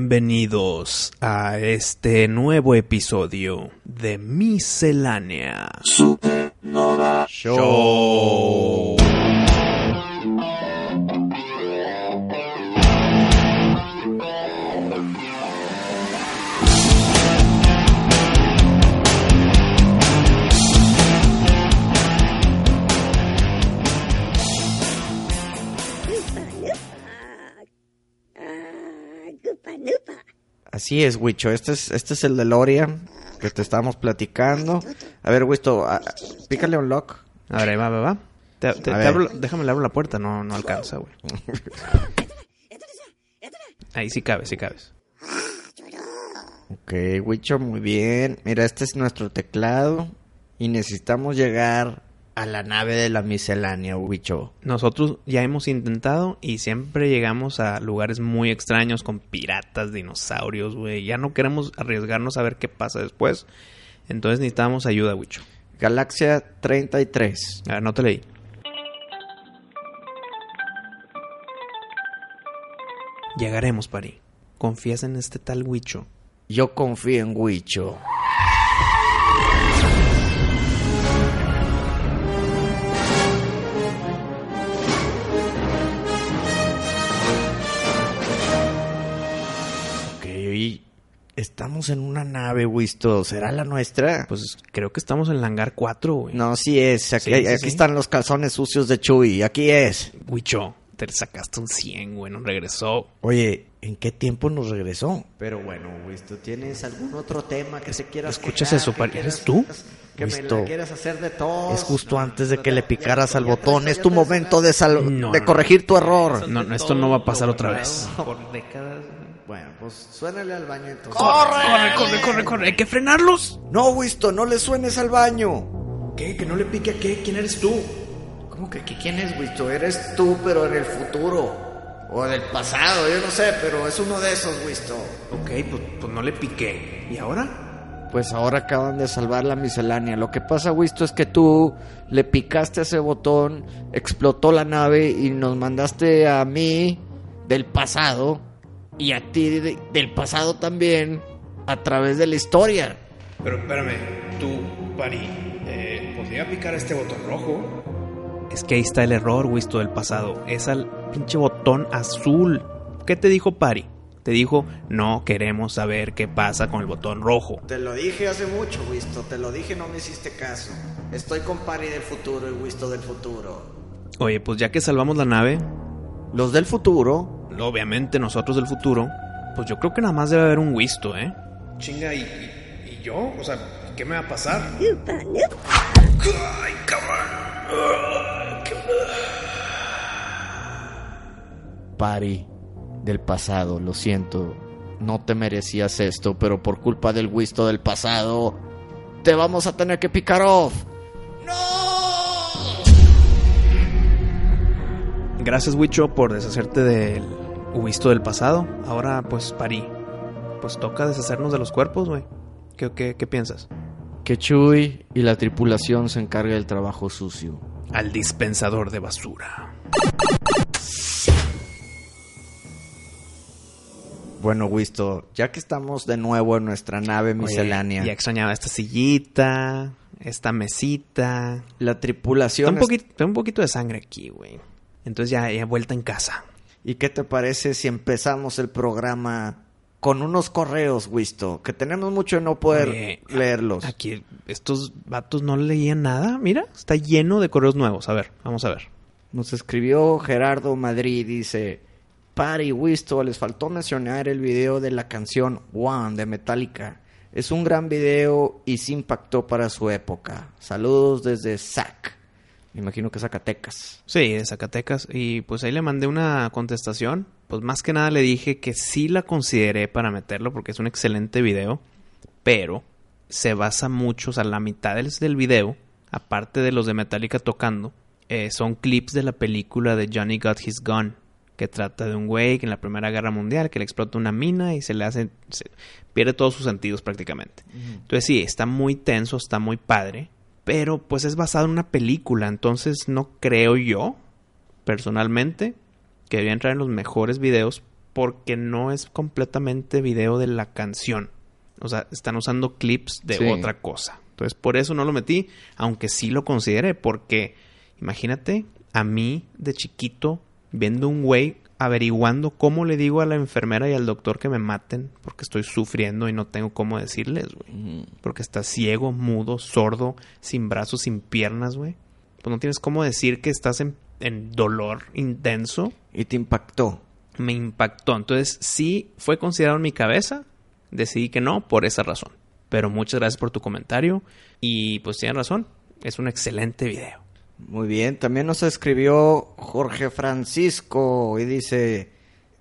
Bienvenidos a este nuevo episodio de Miscelánea Supernova Show. Así es, Wicho. Este es, este es el DeLorean que te estábamos platicando. A ver, Wicho, a- pícale un lock. A ver, ahí va, va, va. Te- te- te A ver. abro- déjame le abro la puerta, no, no alcanza, güey. Ahí sí cabe, sí cabes. Ok, Wicho, muy bien. Mira, este es nuestro teclado. Y necesitamos llegar a la nave de la miscelánea, Wicho. Nosotros ya hemos intentado y siempre llegamos a lugares muy extraños con piratas, dinosaurios, güey. Ya no queremos arriesgarnos a ver qué pasa después. Entonces necesitamos ayuda, Wicho. Galaxia 33. A ver, Ah, no te leí. Llegaremos, Pari. Confías en este tal Huicho. Yo confío en Wicho. Ok, y estamos en una nave, Wisto. ¿Será la nuestra? Pues creo que estamos en el hangar 4, güey. no, sí es. Sí, Aquí, sí, aquí sí. están los calzones sucios de Chuy. Aquí es. Huicho, te sacaste un 100, güey. No regresó. Oye, ¿en qué tiempo nos regresó? Pero bueno, Wisto, ¿tienes algún otro tema que se quieras ¿Escuchas quejar, eso, que pari- quieras- eres tú? Que me Listo. la quieras hacer de todos. Es justo antes de que le picaras al botón. Es tu momento de, No, sal- no, de no. corregir tu error. No, no, esto no va a pasar otra vez. Bueno, pues suénale al baño entonces. Corre, corre, corre, corre. Hay que frenarlos. No, Wisto, no le suenes al baño. ¿Qué? ¿Que no le pique a qué? ¿Quién eres tú? ¿Cómo que, que quién es, Wisto? Eres tú, pero en el futuro. O del pasado, yo no sé, pero es uno de esos, Wisto. Ok, pues, pues no le piqué. ¿Y ahora? Pues ahora acaban de salvar la miscelánea. Lo que pasa, Wisto, es que tú le picaste ese botón, explotó la nave y nos mandaste a mí del pasado y a ti de- del pasado también a través de la historia. Pero espérame, tú, Pari, podría picar este botón rojo. Es que ahí está el error, Wisto, del pasado. Es al pinche botón azul. ¿Qué te dijo Pari? Te dijo, no queremos saber qué pasa con el botón rojo. Te lo dije hace mucho, Wisto. Te lo dije, no me hiciste caso. Estoy con Pari del futuro y Wisto del futuro. Oye, pues ya que salvamos la nave, Los del futuro. obviamente nosotros del futuro, pues yo creo que nada más debe haber un Wisto, ¿eh? Chinga, ¿y, yo? O sea, ¿qué me va a pasar? Pari, del pasado, lo siento. No te merecías esto, pero por culpa del Wisto del pasado, te vamos a tener que picar off. Gracias, Wicho, por deshacerte del Wisto del pasado. Ahora, pues, parí. Pues toca deshacernos de los cuerpos, güey. ¿Qué, qué, qué piensas? Que Chuy y la tripulación se encargue del trabajo sucio. Al dispensador de basura. Bueno, Wisto, ya que estamos de nuevo en nuestra nave miscelánea, Oye, ya extrañaba esta sillita, esta mesita. la Está tripulación... un, poquito, está un poquito de sangre aquí, güey. Entonces ya, ya vuelta en casa. es- ¿Y qué te parece si empezamos el programa con unos correos, Wisto? Que tenemos mucho de no poder Oye, leerlos. Aquí estos vatos no leían nada. Mira, está lleno de correos nuevos. A ver, vamos a ver. Nos escribió Gerardo Madrid, dice... Pari, Wisto, les faltó mencionar el video de la canción One de Metallica. Es un gran video y se impactó para su época. Saludos desde SAC. Me imagino que Zacatecas. Sí, de Zacatecas. Y pues ahí le mandé una contestación. Pues más que nada le dije que sí la consideré para meterlo porque es un excelente video. Pero se basa mucho, o sea, la mitad del, del video, aparte de los de Metallica tocando, eh, son clips de la película de Johnny Got His Gun. Que trata de un güey que en la Primera Guerra Mundial que le explota una mina y se le hace. se- pierde todos sus sentidos prácticamente. Entonces sí, está muy tenso, está muy padre, pero pues es basado en una película, entonces no creo yo, personalmente, que debería entrar en los mejores videos porque no es completamente video de la canción. O sea, están usando clips de Sí. otra cosa. Entonces, por eso no lo metí, aunque sí lo consideré, porque imagínate a mí de chiquito viendo un güey averiguando cómo le digo a la enfermera y al doctor que me maten porque estoy sufriendo y no tengo cómo decirles, güey. Mm. Porque estás ciego, mudo, sordo, sin brazos, sin piernas, güey. Pues no tienes cómo decir que estás en, en dolor intenso Y te impactó. me impactó. Entonces, sí fue considerado en mi cabeza. Decidí que no por esa razón. Pero muchas gracias por tu comentario. Y pues tienen razón. Es un excelente video. Muy bien. Bien, también nos escribió Jorge Francisco y dice,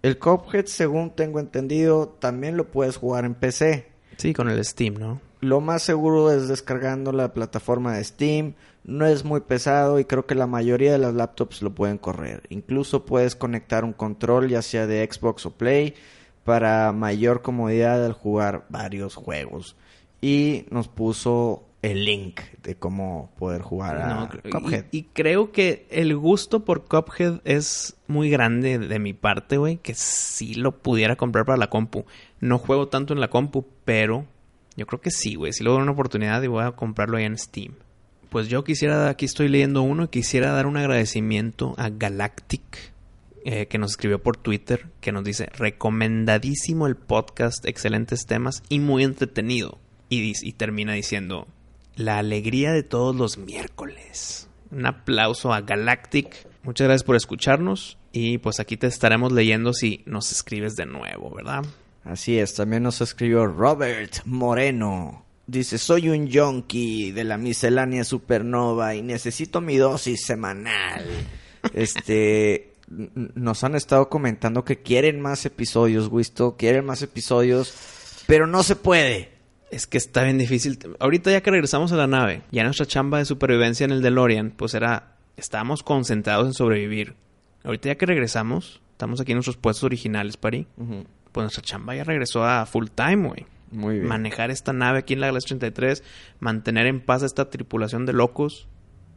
el Cophead, según tengo entendido, también lo puedes jugar en PC. Sí, con el Steam, ¿no? Lo más seguro es descargando la plataforma de Steam, no es muy pesado y creo que la mayoría de las laptops lo pueden correr. Incluso puedes conectar un control ya sea de Xbox o Play para mayor comodidad al jugar varios juegos. Y nos puso el link de cómo poder jugar No, a cre- Cuphead. Y, y creo que el gusto por Cuphead es muy grande de mi parte, güey. Que sí lo pudiera comprar para la compu. No juego tanto en la compu, pero yo creo que sí, güey. Si luego doy una oportunidad y voy a comprarlo ahí en Steam. Pues yo quisiera, aquí estoy leyendo uno y quisiera dar un agradecimiento a Galactic, eh, que nos escribió por Twitter, que nos dice, recomendadísimo el podcast, excelentes temas y muy entretenido. Y, dis- y termina diciendo, la alegría de todos los miércoles. Un aplauso a Galactic. Muchas gracias por escucharnos y pues aquí te estaremos leyendo si nos escribes de nuevo, ¿verdad? Así es, también nos escribió Robert Moreno. Dice, soy un yonki de la miscelánea supernova y necesito mi dosis semanal. Este, n- n- nos han estado comentando que quieren más episodios, Wisto, quieren más episodios, pero no se puede. Es que está bien difícil. Ahorita ya que regresamos a la nave, ya nuestra chamba de supervivencia en el DeLorean, pues era, estábamos concentrados en sobrevivir. Ahorita ya que regresamos, estamos aquí en nuestros puestos originales, Pari. Pues nuestra chamba ya regresó a full time, güey. Muy bien. Manejar esta nave aquí en la Galaxia 33, mantener en paz a esta tripulación de locos,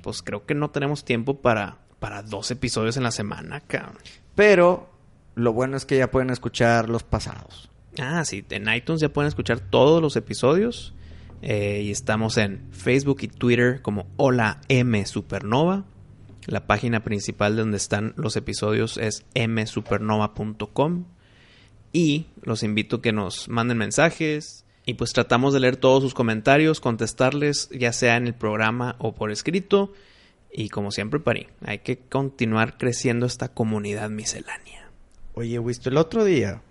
pues creo que no tenemos tiempo para, para dos episodios en la semana, cabrón. Pero lo bueno es que ya pueden escuchar los pasados. Ah, sí, en iTunes ya pueden escuchar todos los episodios. eh, y estamos en Facebook y Twitter como Hola M Supernova. La página principal donde están los episodios es msupernova.com. Y los invito a que nos manden mensajes. Y pues tratamos de leer todos sus comentarios, contestarles, ya sea en el programa o por escrito. Y como siempre, Pari, hay que continuar creciendo esta comunidad miscelánea. Oye, Wisto, el otro día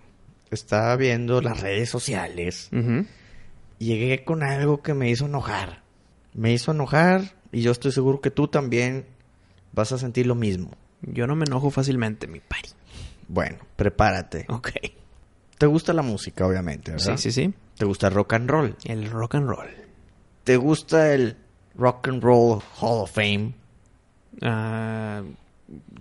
estaba viendo las redes sociales. Ujú. llegué con algo que me hizo enojar. Me hizo enojar y yo estoy seguro que tú también vas a sentir lo mismo. Yo no me enojo fácilmente, mi Pari. Bueno, prepárate. Ok. Te gusta la música, obviamente, ¿verdad? Sí, sí, sí. Te gusta el rock and roll. El rock and roll. Te gusta el Rock and Roll Hall of Fame. Ah,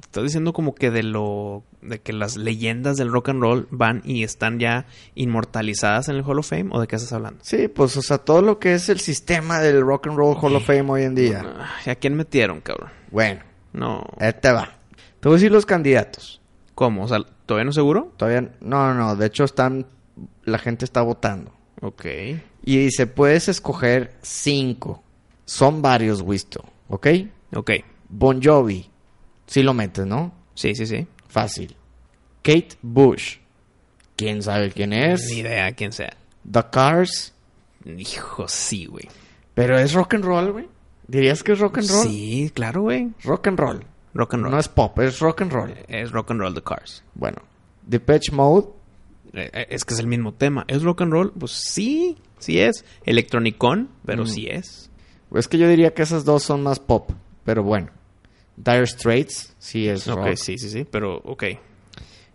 estás diciendo como que de lo de que las leyendas del rock and roll van y están ya inmortalizadas en el Hall of Fame o de qué estás hablando? Sí, pues, o sea, todo lo que es el sistema del Rock and Roll Hall of Fame hoy en día. Eh. Ay, Ah, ¿A quién metieron, cabrón? Bueno, No. ahí te va. Te voy a decir los candidatos. ¿Cómo? O sea, ¿todavía no seguro? Todavía, no, no, de hecho están, la gente está votando. Ok. Y dice, puedes escoger cinco. Son varios, Wisto. ¿Ok? Ok. Bon Jovi. Si lo metes, ¿no? Sí, sí, sí. Fácil. Kate Bush. ¿Quién sabe quién Ni es? idea quién sea. The Cars. Hijo, sí, güey. Pero es rock and roll, güey. ¿Dirías que es rock and roll? Sí, claro, güey. Rock and roll. Rock and roll. No es pop, es rock and roll. Es rock and roll de Cars. Bueno. Depeche Mode. Eh, eh, Es que es el mismo tema. ¿Es rock and roll? Pues sí, sí es. Electronicón, Mm. pero sí es. Es que yo diría que esas dos son más pop. Pero bueno. Dire Straits. Sí es Ok, rock. sí, sí, sí, pero ok.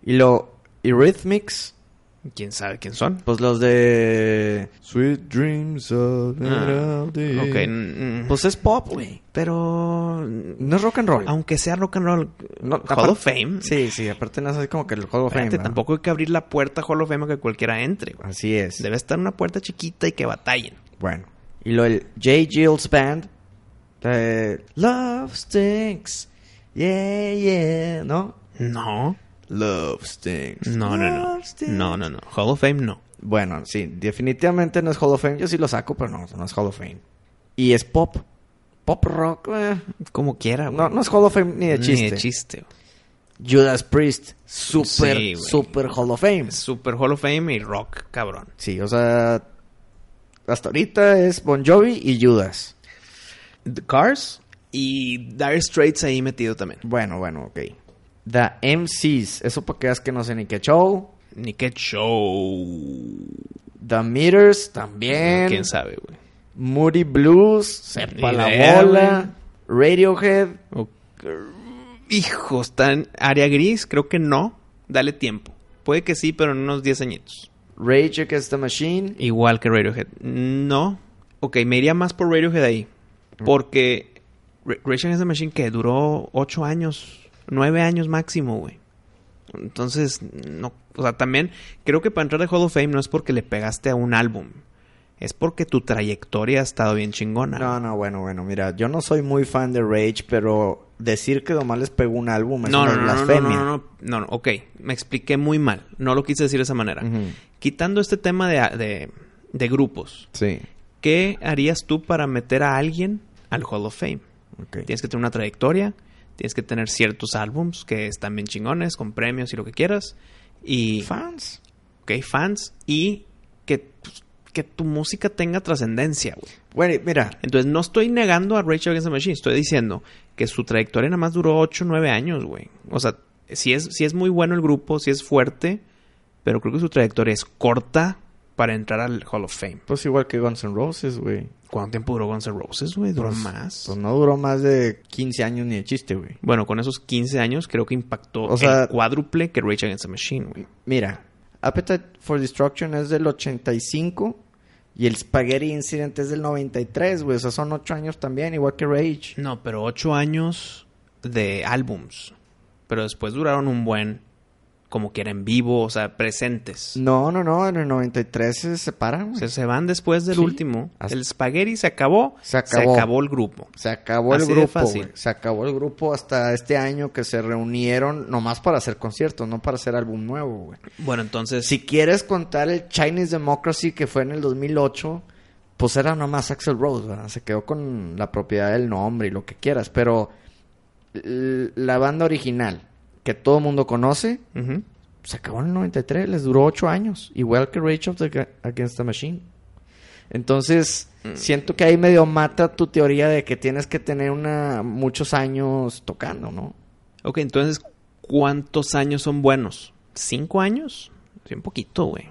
Y lo... Eurythmics. ¿Quién sabe quién son? Pues los de Sweet Dreams of Ah, Ok. ok, mm, mm. Pues es pop, güey. pero mm, No es rock and roll. aunque sea rock and roll, No, Hall aparte- of Fame. Sí, sí, aparte no es así como que el Hall of Fame. espérate, ¿no? tampoco hay que abrir la puerta a Hall of Fame a que cualquiera entre. güey. Así es. Debe estar una puerta chiquita y que batallen. Bueno. Y lo del J. Gills Band. eh, Love Stinks. Yeah, yeah, ¿no? No. Love Stings. No, no, no. Love stings. No, no, no. Hall of Fame no. Bueno, sí, definitivamente no es Hall of Fame. Yo sí lo saco, pero no, no es Hall of Fame. Y es pop. Pop rock. eh. Como quiera, güey. No, no es Hall of Fame ni de chiste. Ni de chiste. güey. Judas Priest, super, Sí, güey. super Hall of Fame. Super Hall of Fame y rock, cabrón. Sí, o sea, hasta ahorita es Bon Jovi y Judas. The Cars y Dire Straits ahí metido también. Bueno, bueno, ok. The MCs, eso para que veas que no sé ni qué show. Ni qué show. The Meters también. Quién sabe, güey. Moody Blues, sepa Ni la idea, bola. Radiohead, O- Hijo, está en área gris. Creo que no. Dale tiempo. Puede que sí, pero en unos 10 añitos. Rage Against the Machine. Igual que Radiohead. No. Ok, me iría más por Radiohead ahí. Porque Ra- Rage Against the Machine que duró 8 años, 9 años máximo, güey. Entonces, no. O sea, también creo que para entrar de Hall of Fame no es porque le pegaste a un álbum. Es porque tu trayectoria ha estado bien chingona. No, no, bueno, bueno, mira, yo no soy muy fan de Rage, pero decir que nomás les pegó un álbum es No, no, una no, no, no, blasfemia. no, no, no, no, ok, me expliqué muy mal, no lo quise decir de esa manera. Ujú. Quitando este tema de, de, de grupos, Sí, ¿qué harías tú para meter a alguien al Hall of Fame? ok. Tienes que tener una trayectoria, tienes que tener ciertos álbums que están bien chingones, con premios y lo que quieras, y Fans. ok, fans, y que, pues, que tu música tenga trascendencia, güey. Bueno, mira, Entonces, no estoy negando a Rachel Against the Machine. Estoy diciendo que su trayectoria nada más duró 8 o 9 años, güey. O sea, si es, si es muy bueno el grupo, si es fuerte, pero creo que su trayectoria es corta para entrar al Hall of Fame. pues igual que Guns N' Roses, güey. ¿Cuánto tiempo duró Guns N' Roses, güey? Duró más. Pues no duró más de 15 años ni de chiste, güey. Bueno, con esos 15 años creo que impactó O sea- el cuádruple que Rage Against the Machine, güey. Mira, Appetite for Destruction es del 85 y el Spaghetti Incident es del 93, güey. O sea, son 8 años también, igual que Rage. No, pero 8 años de álbums. Pero después duraron un buen, como que era en vivo, o sea, presentes. No, no, no, en el 93 se separan, O güey. sea, se van después del Sí. último. Hasta- El Spaghetti se acabó. Se acabó. el grupo. Se acabó el Así de grupo, fácil. güey. Se acabó el grupo hasta este año que se reunieron nomás para hacer conciertos, no para hacer álbum nuevo, güey. Bueno, entonces. Si quieres contar el Chinese Democracy que fue en el 2008, pues era nomás Axel Rose, ¿verdad? Se quedó con la propiedad del nombre y lo que quieras, pero l- la banda original que todo el mundo conoce pues, Ujú. se acabó en el 93, les duró 8 años, igual que Rage of the Ga- Against the Machine. Entonces, siento que ahí medio mata tu teoría de que tienes que tener una muchos años tocando, ¿no? Ok, entonces, ¿cuántos años son buenos? ¿Cinco años? Sí, un poquito, güey.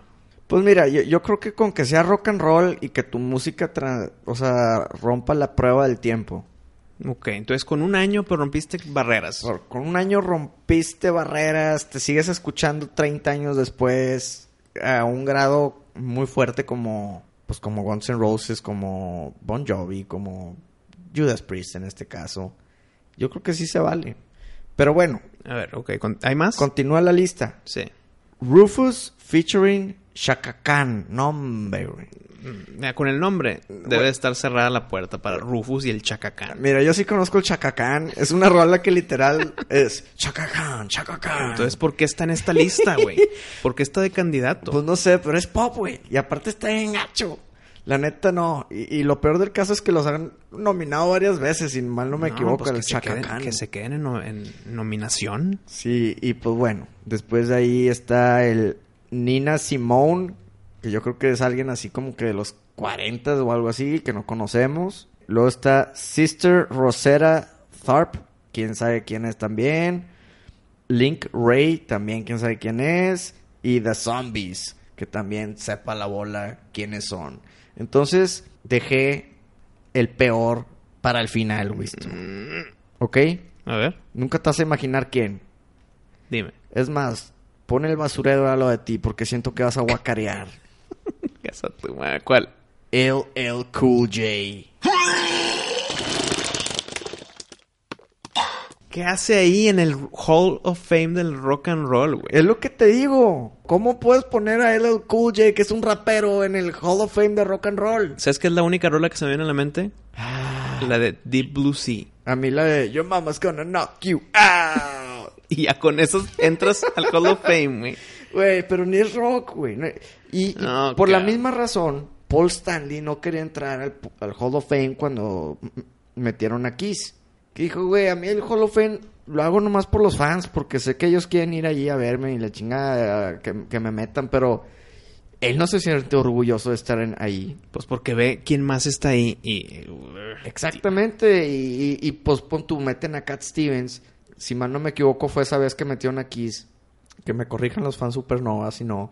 Pues mira, yo, yo creo que con que sea rock and roll y que tu música, tra- o sea, rompa la prueba del tiempo. Ok, entonces con un año pero rompiste barreras. O sea, Con un año rompiste barreras, te sigues escuchando 30 años después a un grado muy fuerte como, pues como Guns N' Roses, como Bon Jovi, como Judas Priest en este caso. Yo creo que sí se vale. Pero bueno, A ver, ok. con- ¿Hay más? continúa la lista. Sí. Rufus featuring Shaka Khan. No, hombre, güey. Mm, Mira, con el nombre debe de estar cerrada la puerta para Rufus y el Chacacán. Mira, yo sí conozco el Chacacán. Es una rola que literal es Chacacán, Chacacán. Entonces, ¿por qué está en esta lista, güey? ¿Por qué está de candidato? pues no sé, pero es pop, güey. Y aparte está en gacho. La neta no. Y, y lo peor del caso es que los han nominado varias veces, si mal no me equivoco, pues el que, se Chaka queden, Khan. que se queden en, no- en nominación. Sí, y pues bueno, después de ahí está el Nina Simone, que yo creo que es alguien así como que de los 40 o algo así, que no conocemos. Luego está Sister Rosetta Tharp, quién sabe quién es también. Link Ray, también quién sabe quién es. Y The Zombies, que también sepa la bola quiénes son. Entonces dejé el peor para el final, Winston. ¿Ok? A ver, Nunca te vas a imaginar quién. dime. Es más, pon el basurero a lo de ti porque siento que vas a guacarear. Casa tu madre. ¿Cuál? LL Cool J. ¿Qué hace ahí en el Hall of Fame del rock and roll, güey? Es lo que te digo. ¿Cómo puedes poner a LL Cool J, que es un rapero, en el Hall of Fame de rock and roll? ¿Sabes qué es la única rola que se me viene a la mente? Ah. La de Deep Blue Sea. A mí la de Your mama's gonna knock you out. Y ya con eso entras al Hall of Fame, güey. Güey, pero ni es rock, güey. No- Y, y No, por la claro. misma razón, Paul Stanley no quería entrar al, al Hall of Fame cuando m- metieron a Kiss. Que dijo, güey, a mí el Hall of Fame lo hago nomás por los fans, porque sé que ellos quieren ir allí a verme y la chingada a- que, que me metan, pero él no se siente orgulloso de estar en, ahí. Pues porque ve quién más está ahí y... Exactamente, y, y, y, pues pon tú, meten a Cat Stevens. Si mal no me equivoco, fue esa vez que metieron a Kiss. Que me corrijan los fans supernova, si no.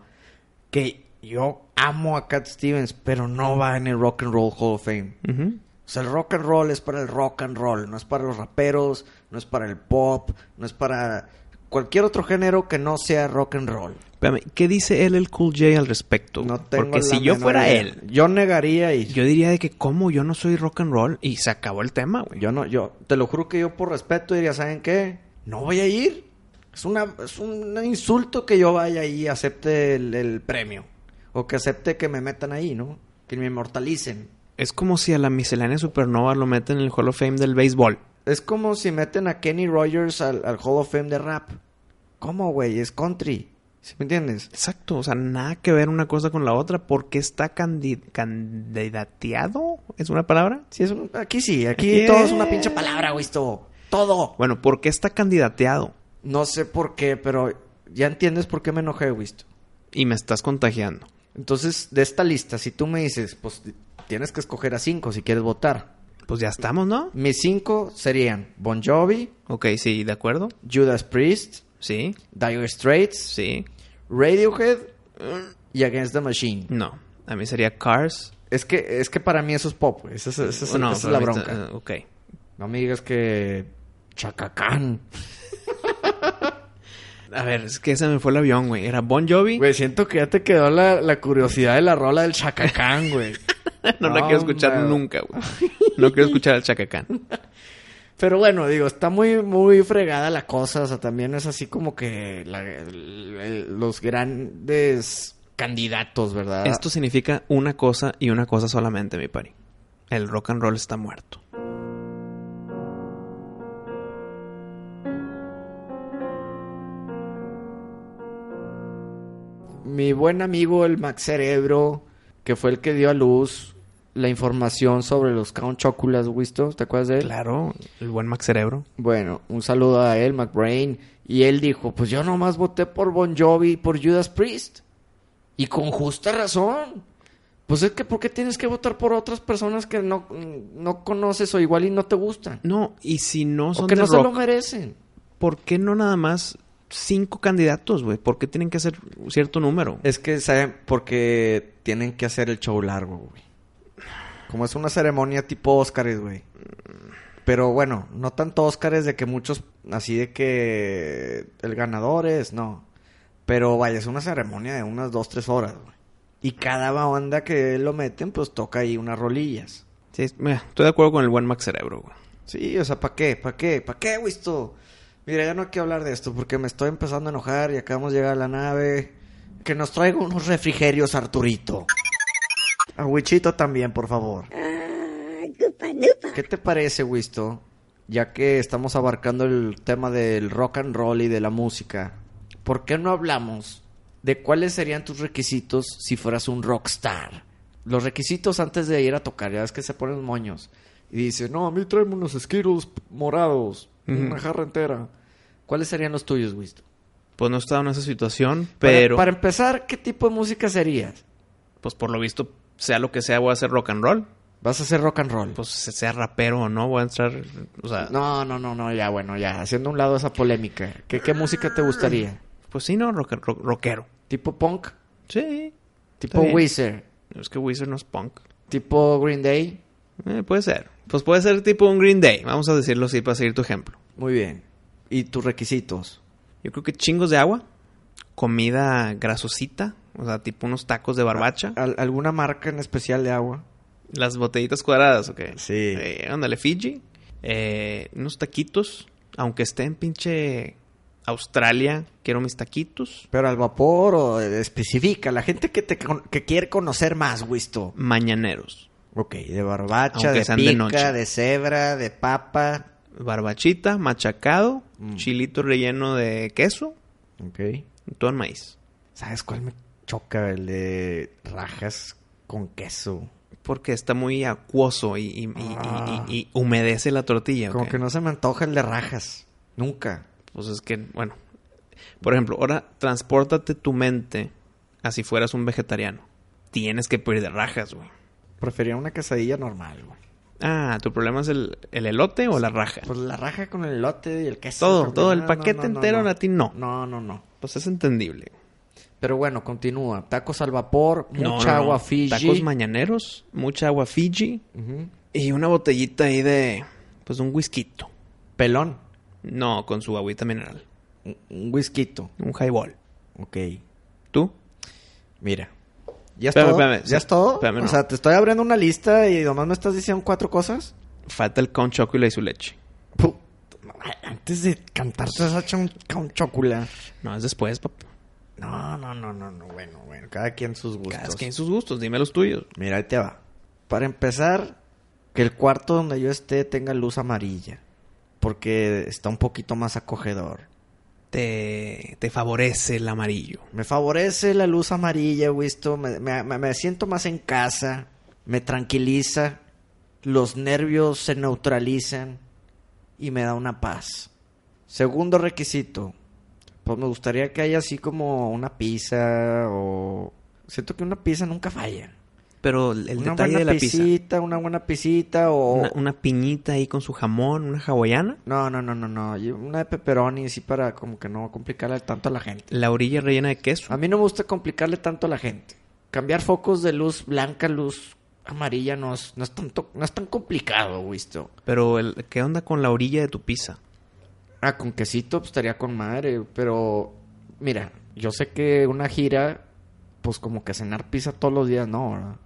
Que yo amo a Cat Stevens, pero no va en el Rock and Roll Hall of Fame. Ujú. O sea, el rock and roll es para el rock and roll, no es para los raperos, no es para el pop, no es para cualquier otro género que no sea rock and roll. Espérame, ¿qué dice él, el Cool J al respecto? No güey? tengo Porque si la yo menor fuera idea. él, yo negaría y yo diría de que cómo yo no soy rock and roll y se acabó el tema, güey. Yo no, yo, te lo juro que yo por respeto diría, ¿saben qué? No voy a ir. Es, una, es un insulto que yo vaya ahí y acepte el, el premio. O que acepte que me metan ahí, ¿no? Que me inmortalicen. Es como si a la miscelánea supernova lo meten en el Hall of Fame del béisbol. Es como si meten a Kenny Rogers al, al Hall of Fame de rap. ¿Cómo, güey? Es country. ¿Sí me entiendes? Exacto, o sea, nada que ver una cosa con la otra porque está candi- candidateado, ¿es una palabra? Sí, es un- aquí sí, aquí Aquí todo es. es una pinche palabra, güey, esto. Todo. Bueno, ¿por qué está candidateado? No sé por qué, pero ya entiendes por qué me enojé, güey. esto. Y me estás contagiando. Entonces, de esta lista, si tú me dices, pues tienes que escoger a cinco si quieres votar. Pues ya estamos, ¿no? Mis cinco serían Bon Jovi, Ok, sí, de acuerdo. Judas Priest, Sí, Dire Straits, sí. Radiohead y Against the Machine. No, a mí sería Cars. Es que, es que para mí eso es pop, güey. Esa es, esa es- No, esa es pero la ahorita- bronca. eh, ok. No me digas que Chacacán. A ver, es que se me fue el avión, güey. Era Bon Jovi. Güey, siento que ya te quedó la, la curiosidad de la rola del Chacacán, güey. no la quiero escuchar hombre. Ah. nunca, güey. No quiero escuchar al Chacacán. Pero bueno, digo, está muy, muy fregada la cosa. O sea, también es así como que la- el- el- los grandes candidatos, ¿verdad? Esto significa una cosa y una cosa solamente, mi pari. El rock and roll está muerto. Mi buen amigo, el Max Cerebro, que fue el que dio a luz la información sobre los Count Choculas, ¿visto? ¿Te acuerdas de él? Claro, el buen Max Cerebro. Bueno, un saludo a él, McBrain. Y él dijo, pues yo nomás voté por Bon Jovi y por Judas Priest. Y con justa razón. Pues es que, ¿por qué tienes que votar por otras personas que no, no conoces o igual y no te gustan? No, y si no son o que de no se rock, lo merecen. ¿por qué no nada más cinco candidatos, güey? ¿Por qué tienen que ser cierto número? Es que, ¿saben? Porque tienen que hacer el show largo, güey. Como es una ceremonia tipo Óscares, güey. Pero bueno, no tanto Óscares de que muchos, así de que el ganador es, no. Pero vaya, es una ceremonia de unas dos, tres horas, güey. Y cada banda que lo meten, pues toca ahí unas rolillas. Sí, es- mira, estoy de acuerdo con el buen Max Cerebro, güey. Sí, o sea, ¿para qué? ¿Para qué? ¿Para qué, güey, esto? Mira, ya no hay que hablar de esto porque me estoy empezando a enojar y acabamos de llegar a la nave. Que nos traiga unos refrigerios, Arturito. A Wichito también, por favor. ¿Qué te parece, Wisto? Ya que estamos abarcando el tema del rock and roll y de la música, ¿por qué no hablamos de cuáles serían tus requisitos si fueras un rockstar? Los requisitos antes de ir a tocar, ya ves que se ponen moños. Y dice, no, a mí tráeme unos Skittles morados, una jarra entera. ¿Cuáles serían los tuyos, Wisto? Pues no estaba en esa situación, Para- pero para empezar, ¿qué tipo de música serías? pues por lo visto, sea lo que sea, voy a hacer rock and roll. ¿Vas a hacer rock and roll? Pues sea rapero o no, voy a entrar, o sea, No, no, no, no, ya, bueno, ya, haciendo un lado esa polémica. ¿Qué, qué música te gustaría? pues sí, no, rock, and- rock- rockero. ¿Tipo punk? Sí, ¿Tipo bien. Weezer? es que Wizard no es punk. ¿Tipo Green Day? Eh, puede ser. Pues puede ser tipo un Green Day, vamos a decirlo así para seguir tu ejemplo. Muy bien. ¿Y tus requisitos? Yo creo que chingos de agua, comida grasosita, o sea, tipo unos tacos de barbacha, ¿Al- ¿Alguna marca en especial de agua? las botellitas cuadradas, ¿ok? Sí. Eh, ándale, Fiji, eh, unos taquitos, aunque esté en pinche Australia, quiero mis taquitos. ¿Pero al vapor o especifica? La gente que, te con- que quiere conocer más, Wisto. Mañaneros. Ok, de barbacha, Aunque de sean de pica, noche. de cebra, de papa. barbachita, machacado, chilito relleno de queso, Ok. todo en maíz. ¿Sabes cuál me choca? El de rajas con queso. Porque está muy acuoso y, y- y- Ah. y- y- y humedece la tortilla. Como ¿ok? que no se me antoja el de rajas. Nunca. Pues es que, bueno. Por ejemplo, ahora transpórtate tu mente a si fueras un vegetariano. Tienes que pedir de rajas, güey. Prefería una quesadilla normal, güey. Ah, ¿tu problema es el, el elote o la raja? Pues la raja con el elote y el queso. Todo, creo que todo, el no, paquete no, no, entero no. a ti no. No, no, no. Pues es entendible. Pero bueno, continúa. Tacos al vapor, mucha No, no, no. agua Fiji. Tacos mañaneros, mucha agua Fiji Ujú. y una botellita ahí de, pues un whisky. Pelón. No, con su agüita mineral. Un- Un whisky. Un highball. Ok. ¿Tú? Mira. ¿Ya es Espérame, todo? espérame. ¿Ya Sí, es todo? espérame, no. O sea, te estoy abriendo una lista y nomás me estás diciendo cuatro cosas. Falta el con chocolate y su leche. Puta madre, Antes de cantar, te has hecho un, un chocula. No, es después, papá. No, no, no, no, no. Bueno, bueno. Cada quien sus gustos. Cada quien sus gustos, dime los tuyos. Mira, ahí te va. Para empezar, que el cuarto donde yo esté tenga luz amarilla. Porque está un poquito más acogedor. Te, te favorece el amarillo. Me favorece la luz amarilla, Wisto. Me, me- me- me siento más en casa. Me tranquiliza. Los nervios se neutralizan. Y me da una paz. Segundo requisito. Pues me gustaría que haya así como una pizza o... Siento que una pizza nunca falla. Pero el el una detalle buena de la pizza. pisita, una buena pisita o... Una, una piñita ahí con su jamón, una hawaiana. No, no, no, no, no. Yo- Una de pepperoni, sí, para como que no complicarle tanto a la gente. La orilla rellena de queso. A mí no me gusta complicarle tanto a la gente. Cambiar focos de luz blanca a luz amarilla no es, no es, tanto, no es tan complicado, Wisto. Pero, el, ¿qué onda con la orilla de tu pizza? Ah, con quesito pues, estaría con madre, pero mira, yo sé que una gira, pues como que cenar pizza todos los días, no, ¿verdad?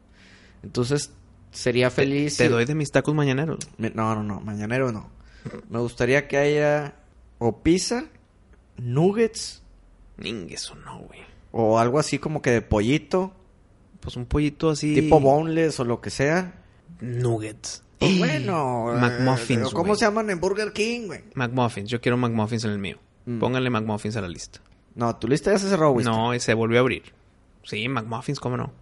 Entonces sería Te- feliz. Te, si- doy de mis tacos mañaneros. Me- No, no, no, mañanero no. Me gustaría que haya o pizza, nuggets Ning, eso no, güey. o algo así como que de pollito, Pues un pollito así. tipo boneless o lo que sea. Nuggets. Pues bueno, eh, McMuffins, ¿Cómo güey. se llaman en Burger King, güey? McMuffins. Yo quiero McMuffins en el mío. Mm. Pónganle McMuffins a la lista. No, tu lista ya se cerró, güey. No, y se volvió a abrir. Sí, McMuffins, cómo no.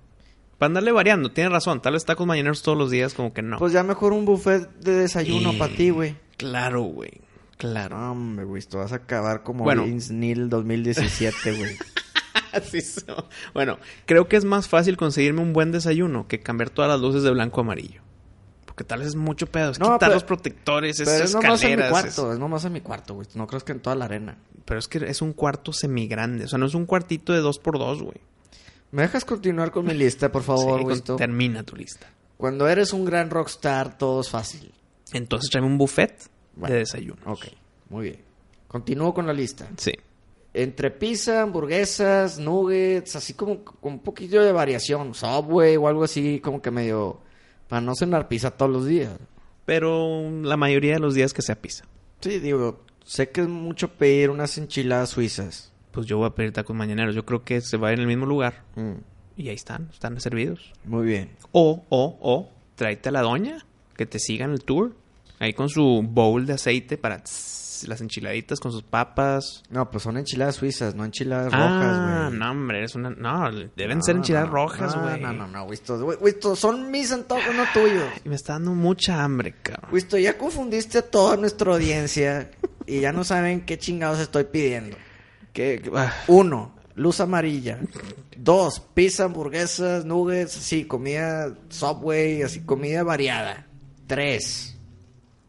Para andarle variando, tienes razón. Tal vez tacos mañaneros todos los días, como que no. Pues ya mejor un buffet de desayuno Y- para ti, güey. Ah. Claro, güey. Claro. No, hombre, güey, tú vas a acabar como Bueno. Vince Neil 2017, güey. Así so- Bueno, creo que es más fácil conseguirme un buen desayuno que cambiar todas las luces de blanco a amarillo. Porque tal vez es mucho pedo. Es No, quitar pero- los protectores, es Pero es nomás en mi escaleras. es- cuarto, es nomás en mi cuarto, güey. No crees que en toda la arena. Pero es que es un cuarto semigrande. O sea, no es un cuartito de dos por dos, güey. ¿Me dejas continuar con mi lista, por favor, Sí, con- güey? termina tu lista. Cuando eres un gran rockstar, todo es fácil. Entonces tráeme un buffet Bueno, de desayuno. Ok, muy bien. Continúo con la lista. Sí. Entre pizza, hamburguesas, nuggets, así como con un poquillo de variación. Subway o algo así, como que medio. Para no cenar pizza todos los días. Pero la mayoría de los días que sea pizza. Sí, digo, sé que es mucho pedir unas enchiladas suizas. Pues yo voy a pedir tacos mañaneros. Yo creo que se va en el mismo lugar. Mm, Y ahí están. Están servidos. muy bien. O, o, o, tráete a la doña que te siga en el tour. Ahí con su bowl de aceite para tss, las enchiladitas con sus papas. No, pues son enchiladas suizas, no enchiladas ah, rojas, güey. no, hombre, es una. No, deben No, ser enchiladas no, rojas, no, güey. No, no, no, güey, esto- güey, güey, esto son mis antojos, no tuyos. Y me está dando mucha hambre, cabrón. Wisto, ya confundiste a toda nuestra audiencia y ya no saben qué chingados estoy pidiendo. ¿Qué- qué- ah, Uno, luz amarilla. Dos, pizza, hamburguesas, nuggets, así, comida Subway, así, comida variada. Tres,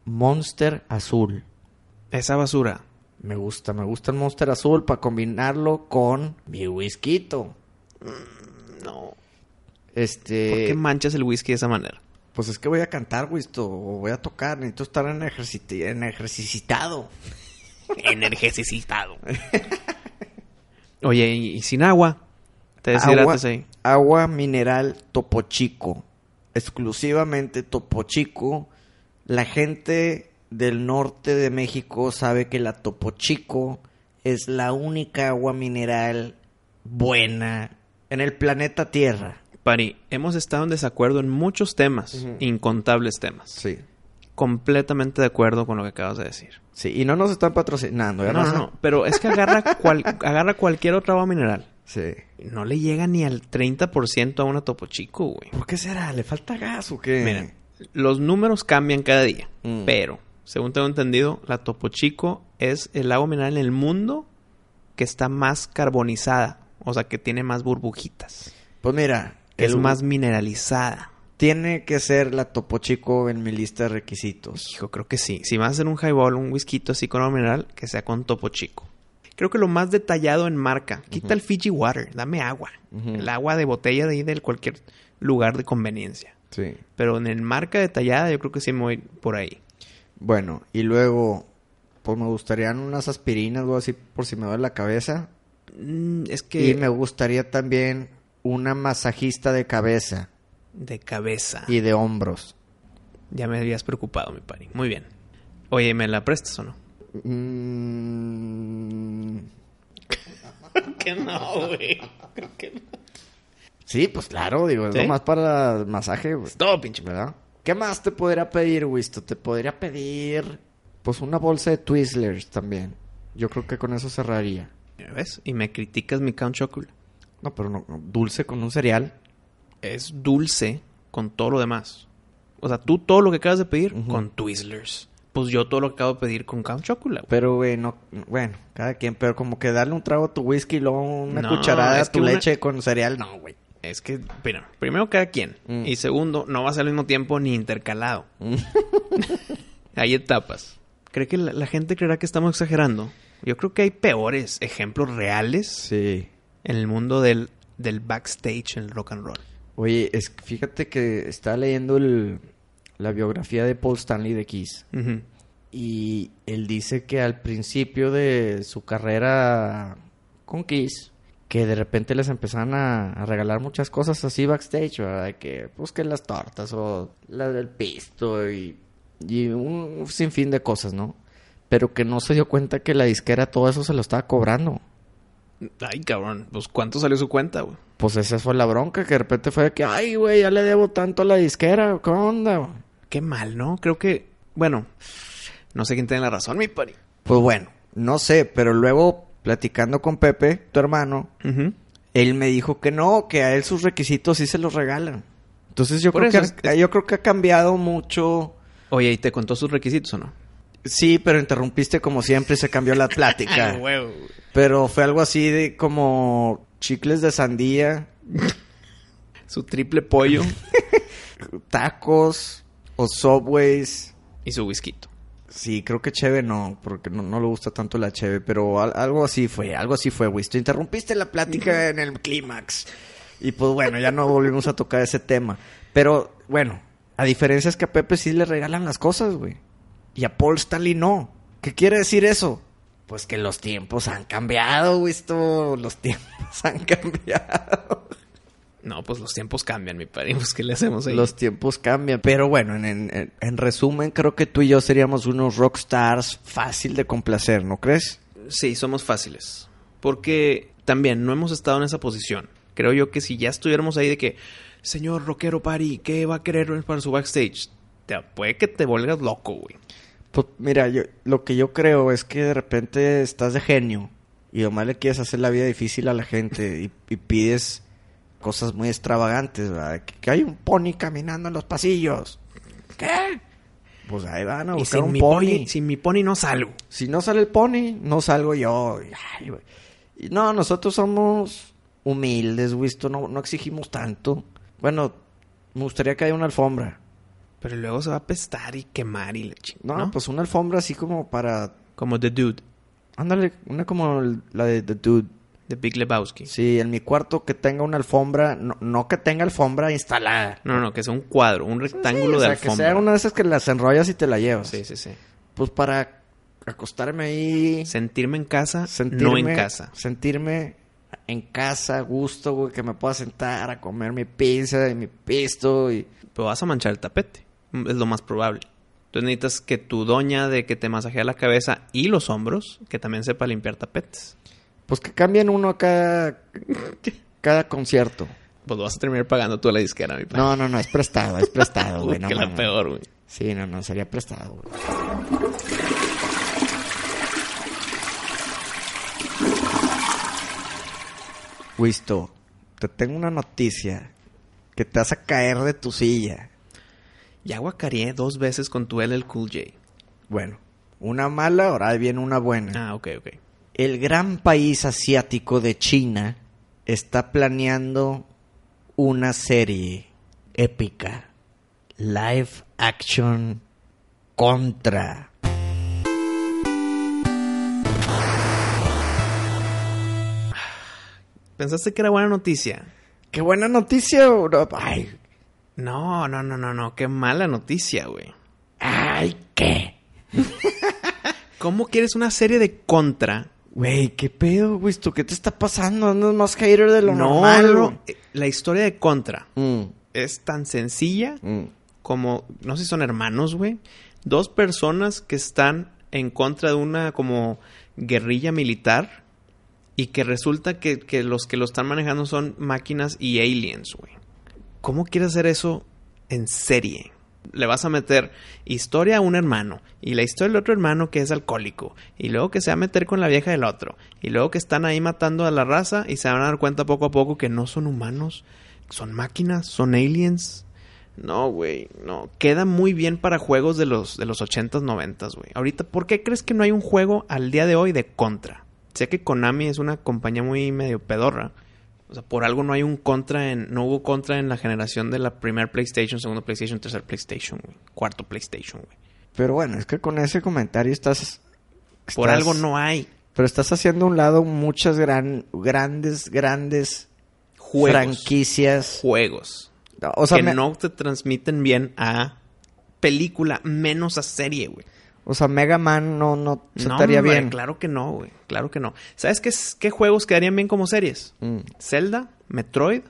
Monster Azul. esa basura. Me gusta, me gusta el Monster Azul para combinarlo con mi whisky. No. Este... ¿Por qué manchas el whisky de esa manera? Pues es que voy a cantar, güey, esto, o voy a tocar, necesito estar en, ejerciti- en ejercitado. Energicitado. Oye, y, y sin agua. Te deshidratas ahí. agua mineral Topo Chico, exclusivamente Topo Chico. La gente del norte de México sabe que la Topo Chico es la única agua mineral buena en el planeta Tierra. Pari, hemos estado en desacuerdo en muchos temas, incontables temas. Sí. completamente de acuerdo con lo que acabas de decir. Sí, y no nos están patrocinando, ¿eh, No, no, raza? no. Pero es que agarra, cual- agarra cualquier otra agua mineral. Sí. No le llega ni al 30% a una Topo Chico, güey. ¿Por qué será? ¿Le falta gas o qué? Mira, los números cambian cada día. Mm. Pero, según tengo entendido, la Topo Chico es el agua mineral en el mundo que está más carbonizada. O sea, que tiene más burbujitas. Pues mira, Que es el- más mineralizada. Tiene que ser la Topo Chico en mi lista de requisitos. Hijo, creo que sí. Si vas a hacer un highball, un whisky así con agua mineral, que sea con topo chico. Creo que lo más detallado en marca. Quita el Fiji Water, dame agua. Ujú. El agua de botella de ahí del cualquier lugar de conveniencia. Sí. Pero en el marca detallada yo creo que sí me voy por ahí. Bueno, y luego, pues me gustarían unas aspirinas o así por si me duele la cabeza. Mm, es Y que me gustaría también una masajista de cabeza de cabeza. y de hombros. Ya me habías preocupado, mi pari. Muy bien. Oye, ¿me la prestas o no? Mm, que no, güey. Sí, pues claro, digo, es ¿Sí? lo más para el masaje, güey, Pues Todo pinche. ¿verdad? ¿Qué más te podría pedir, Wisto? Te podría pedir, pues una bolsa de Twizzlers también. Yo creo que con eso cerraría. ¿Ves? Y me criticas mi count chocolate. No, pero no, no, dulce con un cereal. es dulce con todo lo demás. O sea, tú todo lo que acabas de pedir Ujú. con Twizzlers. Pues yo todo lo que acabo de pedir con Count Chocolate. güey. Pero, güey, no, bueno, cada quien, pero como que darle un trago a tu whisky y luego una No, cucharada a es que tu una- leche con cereal, no, güey. Es que, mira, primero cada quien. Mm. Y segundo, no va a ser al mismo tiempo ni intercalado. hay etapas. ¿Cree que la, la gente creerá que estamos exagerando? Yo creo que hay peores ejemplos reales Sí. en el mundo del, del backstage en el rock and roll. Oye, es, que fíjate que estaba leyendo el- la biografía de Paul Stanley de Kiss. Ujú. Y él dice que al principio de su carrera con Kiss, que de repente les empezaban a, a regalar muchas cosas así backstage, ¿verdad? Que pues que las tortas o la del pisto y, y un sinfín de cosas, ¿no? Pero que no se dio cuenta que la disquera todo eso se lo estaba cobrando. Ay, cabrón. Pues ¿cuánto salió su cuenta, güey? Pues esa fue la bronca, que de repente fue de que, ay, güey, ya le debo tanto a la disquera, ¿qué onda? güey?" Qué mal, ¿no? Creo que, bueno, no sé quién tiene la razón, mi pari. Pues bueno, no sé, pero luego platicando con Pepe, tu hermano, Ujú. Él me dijo que no, que a él sus requisitos sí se los regalan. Entonces yo, Por creo que, eso ha- yo creo que ha cambiado mucho. Oye, ¿y te contó sus requisitos o no? Sí, pero interrumpiste como siempre y se cambió la plática. huevo. pero fue algo así de como chicles de sandía, Su triple pollo tacos o subways. y su whisky. Sí, creo que cheve no, porque no, no le gusta tanto la cheve, pero al- algo así fue, algo así fue, güey. Te interrumpiste la plática en el clímax. Y pues bueno, ya no volvimos a tocar ese tema. Pero bueno, a diferencia es que a Pepe sí le regalan las cosas, güey. Y a Paul Stanley no. ¿Qué quiere decir eso? Pues que los tiempos han cambiado, güey. esto, Los tiempos han cambiado. No, pues los tiempos cambian, mi pari. Pues, ¿qué le hacemos ahí? Los tiempos cambian. Pero bueno, en, en- en- en resumen, creo que tú y yo seríamos unos rockstars fácil de complacer, ¿no crees? Sí, somos fáciles. Porque también no hemos estado en esa posición. Creo yo que si ya estuviéramos ahí de que, señor rockero pari, ¿qué va a querer para su backstage? Te, puede que te vuelvas loco, güey. Pues mira, yo, lo que yo creo es que de repente estás de genio y nomás le quieres hacer la vida difícil a la gente y, y pides cosas muy extravagantes, ¿verdad? Que, que hay un pony caminando en los pasillos. ¿Qué? Pues ahí van a y buscar sin un mi pony. pony, sin mi pony no salgo. Si no sale el pony, no salgo yo. Y, ay, güey. Y no, nosotros somos humildes, Wisto, no, no exigimos tanto. Bueno, me gustaría que haya una alfombra. Pero luego se va a pestar y quemar y la No, chingada. ¿no? pues una alfombra así como para... Como The Dude, Ándale, una como el- la de The Dude. The Big Lebowski. Sí, en mi cuarto que tenga una alfombra, no, no que tenga alfombra instalada. No, no, que sea un cuadro, un rectángulo o sea, Este, de que alfombra. sea una de esas que las enrollas y te la llevas. Sí, sí, sí. Pues para acostarme ahí, Sentirme en casa, sentirme, no en casa. Sentirme en casa, a gusto, güey, que me pueda sentar a comer mi pizza y mi pisto y... Pero pues, vas a manchar el tapete. Mm, Es lo más probable. Entonces necesitas que tu doña de que te masajea la cabeza y los hombros, que también sepa limpiar tapetes. Pues que cambien uno a cada, cada concierto. Pues lo vas a terminar pagando tú a la disquera, mi padre. No, no, no, es prestado, es prestado, güey. no que la mames. peor, güey. Sí, no, no, sería prestado, güey. Wisto, te tengo una noticia que te vas a caer de tu silla. Ya guacareé dos veces con tu LL Cool J. Bueno, una mala, ahora viene una buena. Ah, ok, ok. El gran país asiático de China está planeando una serie épica. Live action contra. Pensaste que era buena noticia. ¡Qué buena noticia, bro! ¡Ay! No, no, no, no, no. Qué mala noticia, güey. ¡Ay, qué! ¿Cómo quieres una serie de contra? Güey, ¿qué pedo, güey? ¿Esto ¿Qué te está pasando? No es más hater de lo no, normal. no, güey. eh, La historia de contra Mm, es tan sencilla mm. como, no sé si son hermanos, güey. Dos personas que están en contra de una como guerrilla militar y que resulta que, que los que lo están manejando son máquinas y aliens, güey. ¿Cómo quieres hacer eso en serie? Le vas a meter historia a un hermano y la historia del otro hermano que es alcohólico y luego que se va a meter con la vieja del otro y luego que están ahí matando a la raza y se van a dar cuenta poco a poco que no son humanos, son máquinas, son aliens. No, güey, no. Queda muy bien para juegos de los, de los 80s, 90s, güey. Ahorita, ¿por qué crees que no hay un juego al día de hoy de Contra? Sé que Konami es una compañía muy medio pedorra. O sea, por algo no hay un Contra en... No hubo Contra en la generación de la primer PlayStation, segundo PlayStation, tercer PlayStation, güey. Cuarto PlayStation, güey. Pero bueno, es que con ese comentario estás. Por estás- algo no hay Pero estás haciendo a un lado muchas gran, grandes, grandes juegos. franquicias. Juegos. O sea, que me- no te transmiten bien a película, menos a serie, güey. o sea, Mega Man no, no se No, estaría hombre, bien. claro que no, güey. Claro que no. ¿Sabes qué, s- qué juegos quedarían bien como series? Mm. Zelda, Metroid,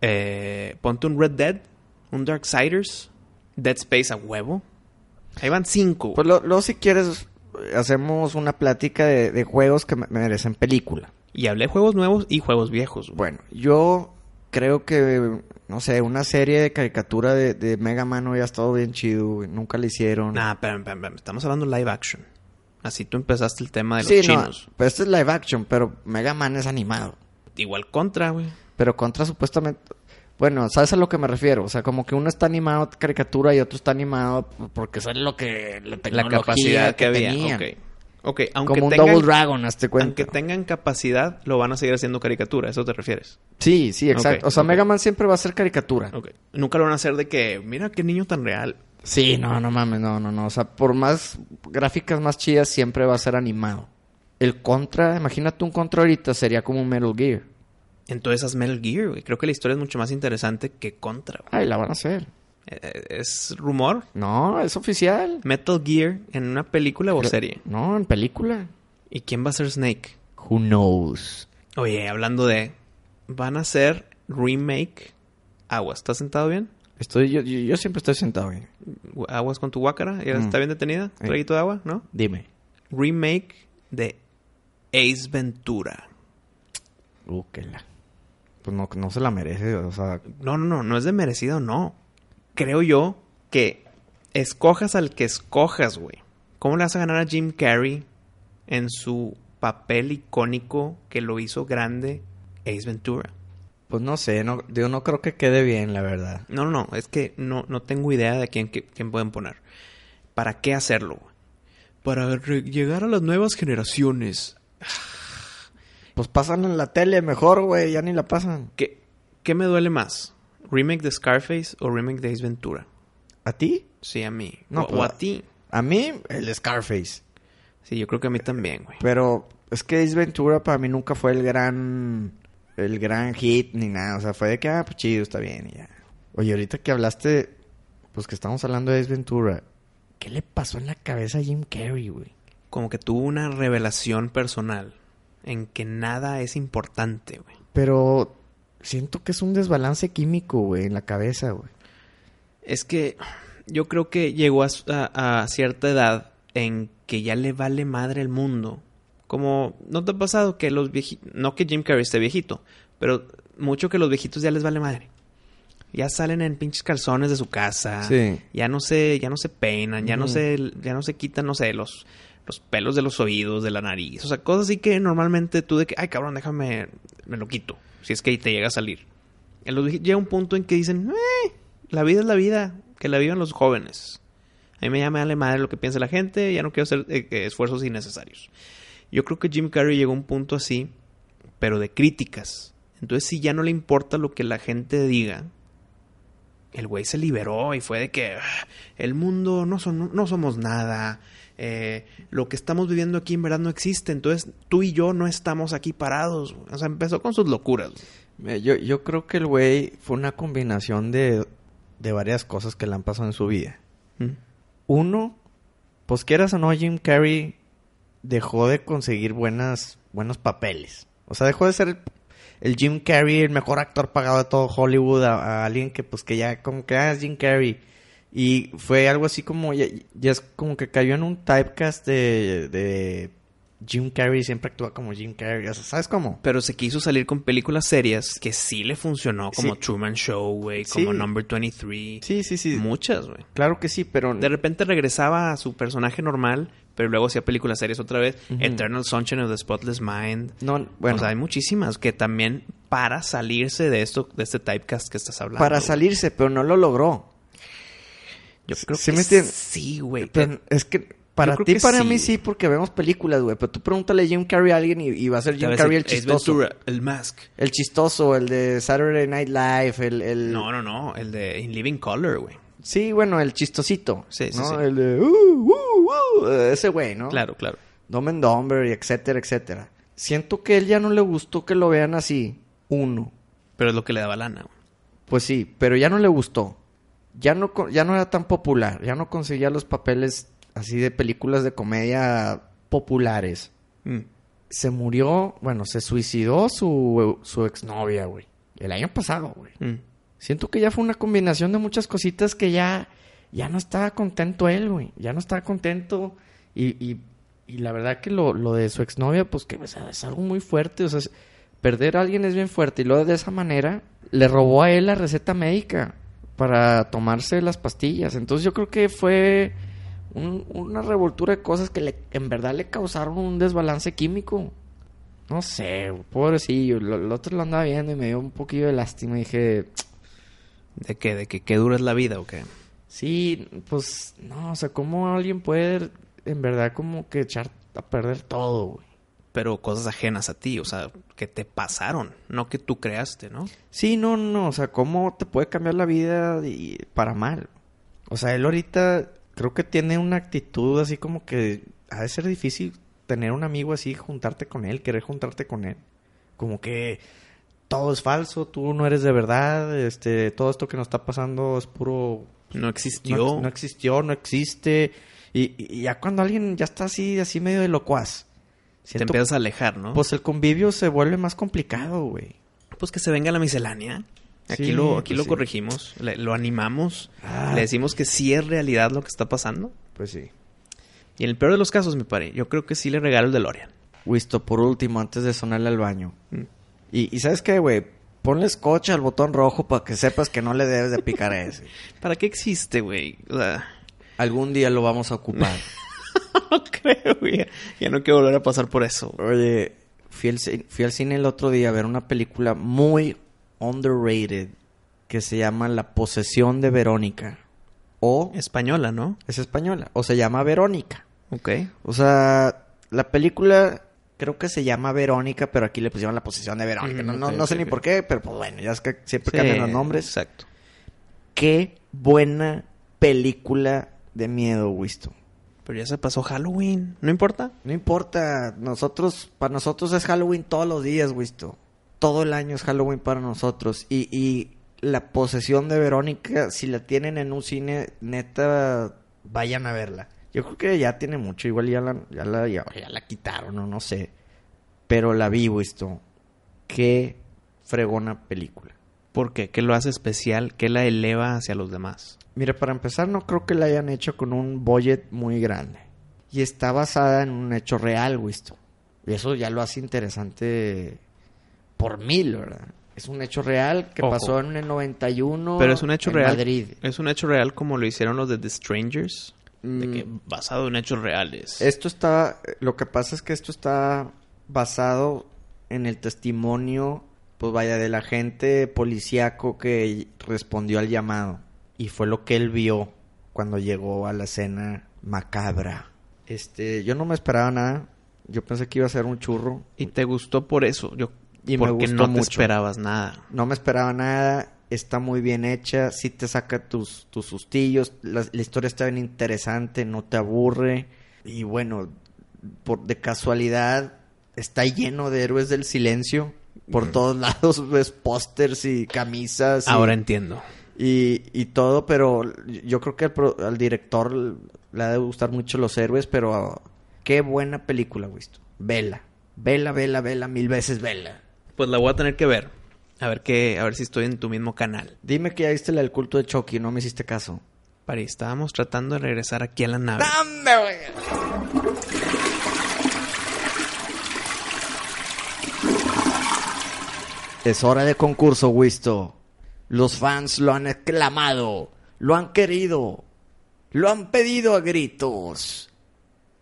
eh, ponte un Red Dead, un Darksiders, Dead Space a huevo. Ahí van cinco. güey. Pues lo- luego, si quieres, hacemos una plática de, de juegos que me- merecen película. Y hablé de juegos nuevos y juegos viejos. güey. Bueno, yo creo que, no sé, una serie de caricatura de, de Mega Man hubiera estado bien chido. güey. Nunca la hicieron. Nah, espérame, espérame, espérame. Estamos hablando live action. Así tú empezaste el tema de los sí, no, chinos. pero este es live action, pero Mega Man es animado. Igual contra, güey. Pero contra supuestamente. Bueno, ¿sabes a lo que me refiero? O sea, como que uno está animado caricatura y otro está animado porque eso es lo que la, La tecnología capacidad que había. tenían. Ok. Ok, aunque Como un tengan- Double Dragon, hazte cuenta. aunque tengan capacidad, lo van a seguir haciendo caricatura. ¿A eso te refieres? Sí, sí, exacto. Ok, o sea, ok. Mega Man siempre va a ser caricatura. Ok. Nunca lo van a hacer de que, mira qué niño tan real. Sí, no, no mames, no, no, no. O sea, por más gráficas más chidas, siempre va a ser animado. El contra, imagínate un contra ahorita, sería como un Metal Gear. Entonces haz Metal Gear, güey. Creo que la historia es mucho más interesante que Contra, güey. Ay, la van a hacer. Eh, eh, Es rumor. No, es oficial. Metal Gear en una película o Pero- serie. No, en película. ¿Y quién va a ser Snake? Who knows? Oye, hablando de... Van a hacer remake. Aguas, ¿estás sentado bien? Estoy, yo, yo, yo siempre estoy sentado bien. Gu- Aguas con tu guácara. ¿Ya Mm. ¿Está bien detenida? Eh. Traguito de agua, ¿no? Dime. Remake de Ace Ventura. Uh, que la- Pues no, no se la merece, o sea... No, no, no, no es de merecido, no. Creo yo que escojas al que escojas, güey. ¿Cómo le vas a ganar a Jim Carrey en su papel icónico que lo hizo grande Ace Ventura? Pues no sé, no, yo no creo que quede bien, la verdad. No, no, no, es que no, no tengo idea de quién, qué- quién pueden poner. ¿Para qué hacerlo? güey? Para re- llegar a las nuevas generaciones. Pues pasan en la tele mejor, güey, ya ni la pasan. ¿Qué, ¿Qué me duele más? ¿Remake de Scarface o remake de Ace Ventura? ¿A ti? Sí, a mí. No, o, pues, o a ti. A mí, el Scarface. Sí, yo creo que a mí también, güey. Pero es que Ace Ventura para mí nunca fue el gran... El gran hit ni nada, o sea, fue de que, ah, pues chido, está bien y ya. Oye, ahorita que hablaste, pues que estamos hablando de Ace Ventura, ¿qué le pasó en la cabeza a Jim Carrey, güey? como que tuvo una revelación personal en que nada es importante, güey. Pero siento que es un desbalance químico, güey, en la cabeza, güey. Es que yo creo que llegó a, su- a- a cierta edad en que ya le vale madre el mundo. Como, ¿no te ha pasado que los viejitos, no que Jim Carrey esté viejito, pero mucho que los viejitos ya les vale madre. Ya salen en pinches calzones de su casa. Sí. Ya no se, ya no se peinan, ya no Ujú. se, ya no se quitan, no sé, los, los pelos de los oídos, de la nariz. O sea, cosas así que normalmente tú de que, ay cabrón, déjame, me lo quito. Si es que te llega a salir. En los viejitos llega un punto en que dicen, "Eh, la vida es la vida, que la vivan los jóvenes. A mí me llama vale madre lo que piensa la gente, ya no quiero hacer eh, eh, esfuerzos innecesarios. Yo creo que Jim Carrey llegó a un punto así, pero de críticas. Entonces, si ya no le importa lo que la gente diga, el güey se liberó y fue de que "Ah, el mundo no, son- no somos nada. eh, lo que estamos viviendo aquí en verdad no existe. Entonces, tú y yo no estamos aquí parados. O sea, empezó con sus locuras. Mira, Eh, Yo, yo creo que el güey fue una combinación de, de varias cosas que le han pasado en su vida. Uno, pues quieras o no, Jim Carrey dejó de conseguir buenas, buenos papeles. O sea, dejó de ser el, el Jim Carrey, el mejor actor pagado de todo Hollywood, a, a alguien que pues que ya como que ah, es Jim Carrey. Y fue algo así como, ya, ya es como que cayó en un typecast de, de Jim Carrey, siempre actúa como Jim Carrey. O sea, ¿sabes cómo? Pero se quiso salir con películas serias que sí le funcionó, como Sí. Truman Show, güey, Sí. como Number 23. Sí, sí, sí. Muchas, güey. Claro que sí, pero... De repente regresaba a su personaje normal, pero luego hacía películas serias otra vez. Ujú. Eternal Sunshine of the Spotless Mind. No, bueno, O sea, hay muchísimas que también para salirse de esto, de este typecast que estás hablando. para salirse, pero no lo logró. Yo creo ¿Sí que me entiendes? sí, güey. Pero es que para creo ti, que para sí. mí sí, porque vemos películas, güey. Pero tú pregúntale a Jim Carrey a alguien y, y va a ser Te Jim va a Carrey el decir, "Ace chistoso. Ventura, el Mask. El chistoso, el de Saturday Night Live, el... el- No, no, no. El de In Living Color, güey. Sí, bueno, el chistosito. Sí, sí, ¿no? sí. El de... "Uh, uh, uh", eh, ese güey, ¿no? Claro, claro. Dumb and Dumber y etcétera, etcétera. Siento que a él ya no le gustó que lo vean así. Uno. Pero es lo que le daba lana, güey. Pues sí, pero ya no le gustó. Ya no, co- ya no era tan popular. Ya no conseguía los papeles así de películas de comedia populares. Mm. Se murió, bueno, se suicidó su, su exnovia, güey. El año pasado, güey. Mm. Siento que ya fue una combinación de muchas cositas que ya, ya no estaba contento él, güey. Ya no estaba contento. Y, y, y la verdad que lo, lo de su exnovia, pues que o sea, es algo muy fuerte. O sea, es- perder a alguien es bien fuerte. Y luego de esa manera le robó a él la receta médica para tomarse las pastillas. Entonces yo creo que fue un- una revoltura de cosas que le, en verdad le causaron un desbalance químico. No sé, güey, pobrecillo. Lo- El otro lo andaba viendo y me dio un poquillo de lástima. Y dije, ¿De qué? ¿De que qué dura es la vida o qué? Sí, pues no, o sea, ¿cómo alguien puede en verdad como que echar a perder todo, güey? Pero cosas ajenas a ti, o sea, que te pasaron, no que tú creaste, ¿no? Sí, no, no, o sea, ¿cómo te puede cambiar la vida y- para mal? O sea, él ahorita creo que tiene una actitud así como que ha de ser difícil tener un amigo así, juntarte con él, querer juntarte con él. Como que todo es falso, tú no eres de verdad, este, todo esto que nos está pasando es puro No no, existió. ex- no existió, no existe. Y, y ya cuando alguien ya está así, así medio de locuaz. te siento- empiezas a alejar, ¿no? Pues el convivio se vuelve más complicado, güey. Pues que se venga la miscelánea. Aquí Sí, lo, aquí pues lo sí. corregimos, le- lo animamos, Ah. le decimos que sí es realidad lo que está pasando. Pues sí. Y en el peor de los casos, me parece, yo creo que sí le regalo el DeLorean. Wisto, por último, antes de sonarle al baño. Y, y ¿sabes qué, güey? Ponle escocha al botón rojo para que sepas que no le debes de picar a ese. ¿Para qué existe, güey? O sea, Algún día lo vamos a ocupar. no creo, güey. Ya no quiero volver a pasar por eso. güey. Oye, fui al, ci- fui al cine el otro día a ver una película muy underrated que se llama La posesión de Verónica. O Española, ¿no? es española. O se llama Verónica. Ok. O sea, la película creo que se llama Verónica, pero aquí le pusieron la posición de Verónica. Mm, no, no, ok, no sé ok, ni ok. por qué, pero pues bueno, ya es que siempre Sí, cambian los nombres. Exacto. Qué buena película de miedo, Wisto. Pero ya se pasó Halloween. ¿No importa? No importa, nosotros, para nosotros es Halloween todos los días, Wisto. Todo el año es Halloween para nosotros. Y, y la posesión de Verónica, si la tienen en un cine, neta, vayan a verla. Yo creo que ya tiene mucho, igual ya la, ya la, ya, ya la quitaron, o no sé. Pero la vi, Wisto. Qué fregona película. ¿Por qué? ¿Qué lo hace especial? ¿Qué la eleva hacia los demás? Mira, para empezar, no creo que la hayan hecho con un budget muy grande. Y está basada en un hecho real, Wisto. Y eso ya lo hace interesante por mil, ¿verdad? Es un hecho real que Ojo. pasó en el 91 Pero es un hecho en real. Madrid. Es un hecho real como lo hicieron los de The Strangers. De que Mm. basado en hechos reales. Esto está, lo que pasa es que esto está basado en el testimonio, pues vaya, del agente policíaco que respondió al llamado. Y fue lo que él vio cuando llegó a la escena macabra. Este, yo no me esperaba nada. Yo pensé que iba a ser un churro. Y te gustó por eso. Yo, Y me porque gustó no te mucho. esperabas nada. No me esperaba nada. Está muy bien hecha. Sí te saca tus, tus sustillos. La, la historia está bien interesante. No te aburre. Y bueno, por, de casualidad, está lleno de héroes del silencio. Por todos lados ves pósters y camisas. y- Ahora entiendo. y, y todo, pero yo creo que al, pro- al director le ha de gustar mucho los héroes, pero ah, qué buena película, Wisto. Vela, vela, vela, vela, mil veces vela. Pues la voy a tener que ver. A ver qué, a ver si estoy en tu mismo canal. Dime que ya viste la del culto de Chucky, no me hiciste caso. Pari, estábamos tratando de regresar aquí a la nave. ¡Dame, güey! Es hora de concurso, Wisto. Los fans lo han exclamado, lo han querido, lo han pedido a gritos.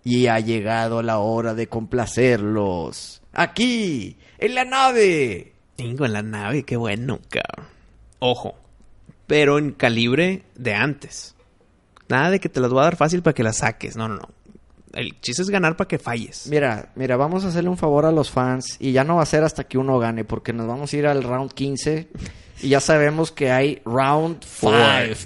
Y ha llegado la hora de complacerlos. Aquí, en la nave. Tengo en la nave, qué bueno, cabrón. Ojo, pero en calibre de antes. Nada de que te las voy a dar fácil para que las saques. No, no, no. El chiste es ganar para que falles. Mira, mira, vamos a hacerle un favor a los fans y ya no va a ser hasta que uno gane, porque nos vamos a ir al round 15 y ya sabemos que hay round 5.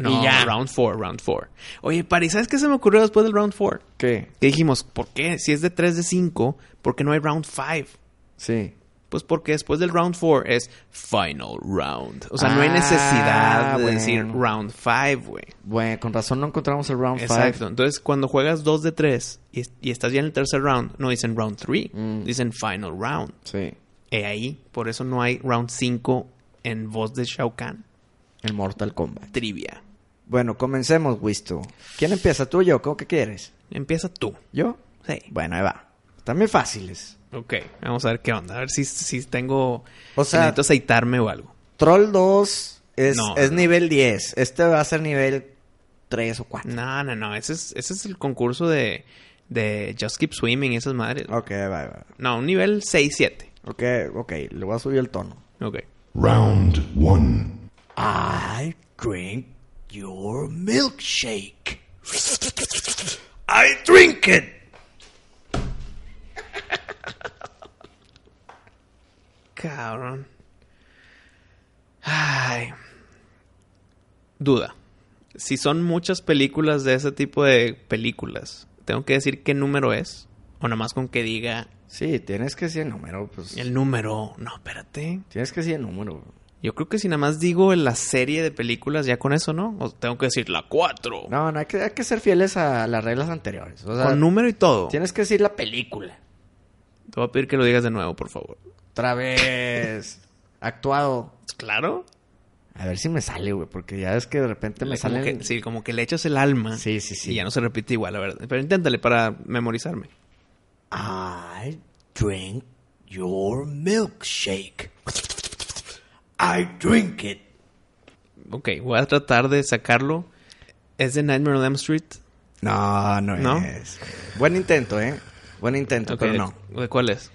No, y ya. round four, round four. Oye, Pari, ¿sabes qué se me ocurrió después del round four? ¿Qué? Que dijimos, ¿por qué? Si es de 3 de 5, ¿por qué no hay round 5? Sí. Pues porque después del round 4 es final round. O sea, no hay Ah, necesidad de bueno. decir round 5, güey. Bueno, con razón no encontramos el round 5. Exacto. Entonces, cuando juegas 2 de 3 y, y estás ya en el tercer round, no dicen round 3, Mm. dicen final round. Sí. He ahí, por eso no hay round 5 en voz de Shao Kahn. El Mortal Kombat. Trivia. Bueno, comencemos, Wisto. ¿Quién empieza? ¿Tú o yo? ¿Cómo que quieres? Empieza tú. ¿Yo? Sí. Bueno, ahí va. Están bien fáciles. Ok, vamos a ver qué onda. A ver si, si tengo... O si sea- necesito aceitarme o algo. Troll 2 es, No, es no. nivel 10. Este va a ser nivel 3 o 4. No, no, no. Ese es, ese es el concurso de, de Just Keep Swimming y esas madres. Ok, ahí va, ahí va. No, un nivel 6-7. Ok, ok. Le voy a subir el tono. Ok. Round one. I drink your milkshake. I drink it. Cabrón. Ay. Duda. Si son muchas películas de ese tipo de películas, ¿tengo que decir qué número es? O nomás con que diga Sí, tienes que decir el número, pues. el número. No, espérate. Tienes que decir el número. Yo creo que si nada más digo la serie de películas, ya con eso, ¿no? O tengo que decir la 4. No, no, hay que, hay que ser fieles a las reglas anteriores. O sea, con número y todo. tienes que decir la película. Te voy a pedir que lo digas de nuevo, por favor. Otra vez. Actuado. Claro. A ver si me sale, güey, porque ya es que de repente me Le- como salen. que- sí, como que le echas el alma. Sí, sí, sí. Y ya no se repite igual, la verdad. Pero inténtale para memorizarme. I drink your milkshake. I drink it. Ok, voy a tratar de sacarlo. Es de Nightmare on Elm Street. No, no, ¿No? es. Buen intento, ¿eh? Buen intento, Ok, pero no. ¿de cuál es?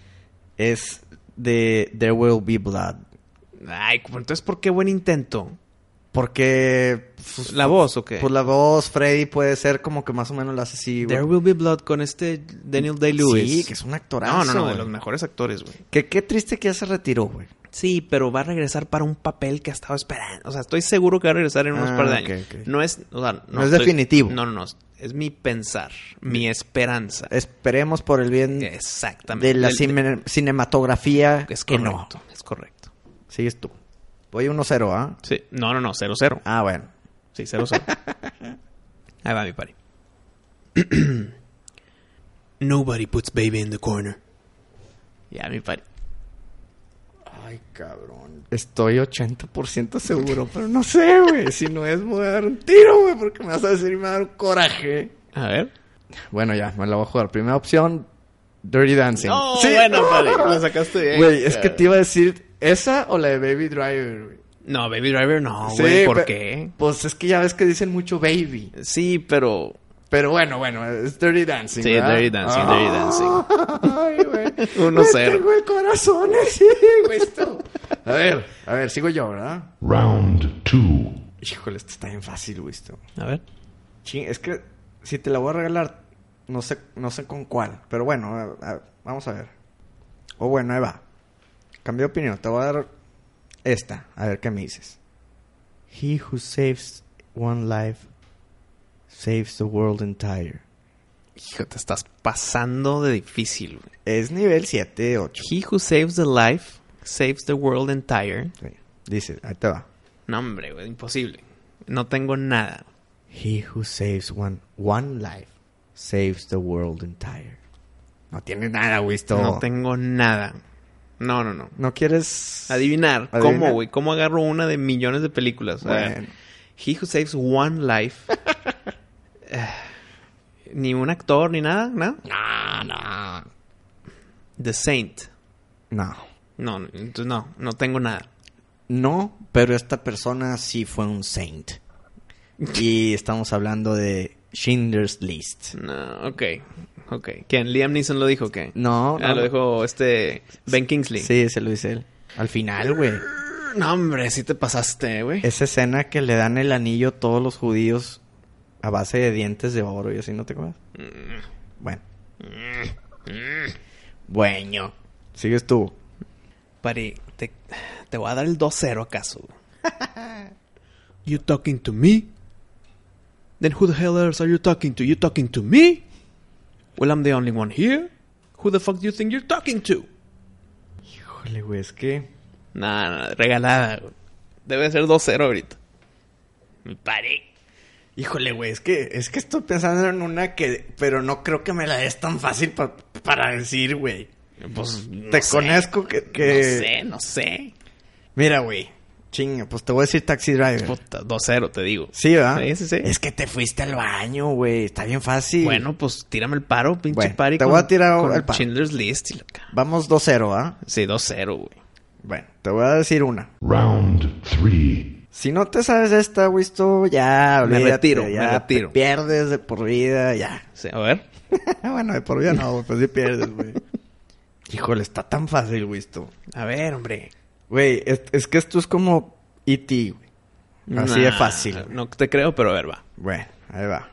Es de There Will Be Blood. Ay, como- entonces, ¿por qué buen intento? Porque. pues, ¿La voz o qué? Pues la voz, Freddy, puede ser como que más o menos la hace así, güey. There Will Be Blood con este Daniel Day-Lewis. Sí, que es un actorazo. No, no, no, de güey. los mejores actores, güey. Que qué triste que ya se retiró, güey. Sí, pero va a regresar para un papel que ha estado esperando. O sea, estoy seguro que va a regresar en unos Ah, par de ok, años. ok. No es, o sea, no, No es estoy- definitivo. No, no, no. Es mi pensar, mi esperanza. Esperemos por el bien Exactamente. de la Del- cine- cinematografía Es que no. correcto. Es correcto. Sigues tú. Voy 1-0, ¿ah? Sí. No, no, no. 0-0. Ah, bueno. Sí, 0-0. Ahí va mi pari. Nobody puts baby in the corner. Ya, mi pari. Ay, cabrón. Estoy 80% seguro, pero no sé, güey. Si no es, me voy a dar un tiro, güey, porque me vas a decir y me va a dar un coraje. A ver. Bueno, ya, me la voy a jugar. Primera opción, Dirty Dancing. No, bueno, pari. Lo sacaste bien. Güey, es que te iba a decir ¿Esa o la de Baby Driver, güey? No, Baby Driver Ah, no, güey. ¿Por pe- qué? Pues es que ya ves que dicen mucho baby. Sí, pero. Pero bueno, bueno, es Dirty Dancing. Sí, ¿verdad? Dirty Dancing, Ah. Dirty Dancing. Ay, güey. Uno Me cero. Tengo el corazón así, güey. esto. A ver, a ver, sigo yo, ¿verdad? Round two. Híjole, esto está bien fácil, güey. esto. A ver. Ching, es que si te la voy a regalar, no sé, no sé con cuál. Pero bueno, a- a- vamos a ver. O bueno, ahí va. Cambié de opinión. Te voy a dar esta. A ver qué me dices. He who saves one life saves the world entire. Hijo, te estás pasando de difícil, güey. Es nivel 7, 8. He who saves the life saves the world entire. Dice, ahí te va. No, hombre, güey, imposible. No tengo nada. He who saves one one life saves the world entire. No tiene nada, güey. esto. No tengo nada. No, no, no. ¿No quieres. Adivinar. Adivina. ¿Cómo, güey? ¿Cómo agarro una de millones de películas? A ver, Bueno. He Who Saves One Life. Eh, ni un actor, ni nada, ¿no? No, no. The Saint. No. No, no, entonces no, no tengo nada. No, pero esta persona sí fue un saint. Y estamos hablando de Schindler's List. No, ok, ok. ¿Quién? ¿Liam Neeson lo dijo o qué? No, Ah, no. lo dijo este Ben Kingsley. Sí, se lo dice él. Al final, güey. No, hombre, sí te pasaste, güey. Esa escena que le dan el anillo a todos los judíos a base de dientes de oro y así, ¿no te acuerdas? Mm. Bueno. Bueno. Sigues tú. Pari, te, te voy a dar el 2-0 acaso. you talking to me? Then who the hell else are you talking to? You talking to me? Well, I'm the only one here. Who the fuck do you think you're talking to? Híjole, güey, es que... Nah, nah, regalada. güey. Debe ser 2-0 ahorita. Mi pari. Híjole, güey, es que, es que estoy pensando en una que... Pero no creo que me la des tan fácil pa- para decir, güey. Pues, no te sé. conozco que... que- No sé, no sé. Mira, güey. Chinga, pues te voy a decir Taxi Driver. Puta, 2-0 te digo. Sí, ¿verdad? Pues, Sí, sí, sí. Es que te fuiste al baño, güey. Está bien fácil. Bueno, pues tírame el paro, pinche Bueno, pari. te con- voy a tirar con el paro. Schindler's List y la ca- Vamos 2-0, ¿ah? Sí, 2-0, güey. Bueno, te voy a decir una. Round three. Si no te sabes esta, Wisto, ya Me olvídate, retiro, me ya retiro. te pierdes de por vida, ya. Sí, a ver. bueno, de por vida no, güey, pues sí pierdes, güey. Híjole, está tan fácil, Wisto. A ver, hombre. Güey, es, es que esto es como E.T., güey. Así de Nah, fácil. güey. No te creo, pero a ver, va. Bueno, ahí va.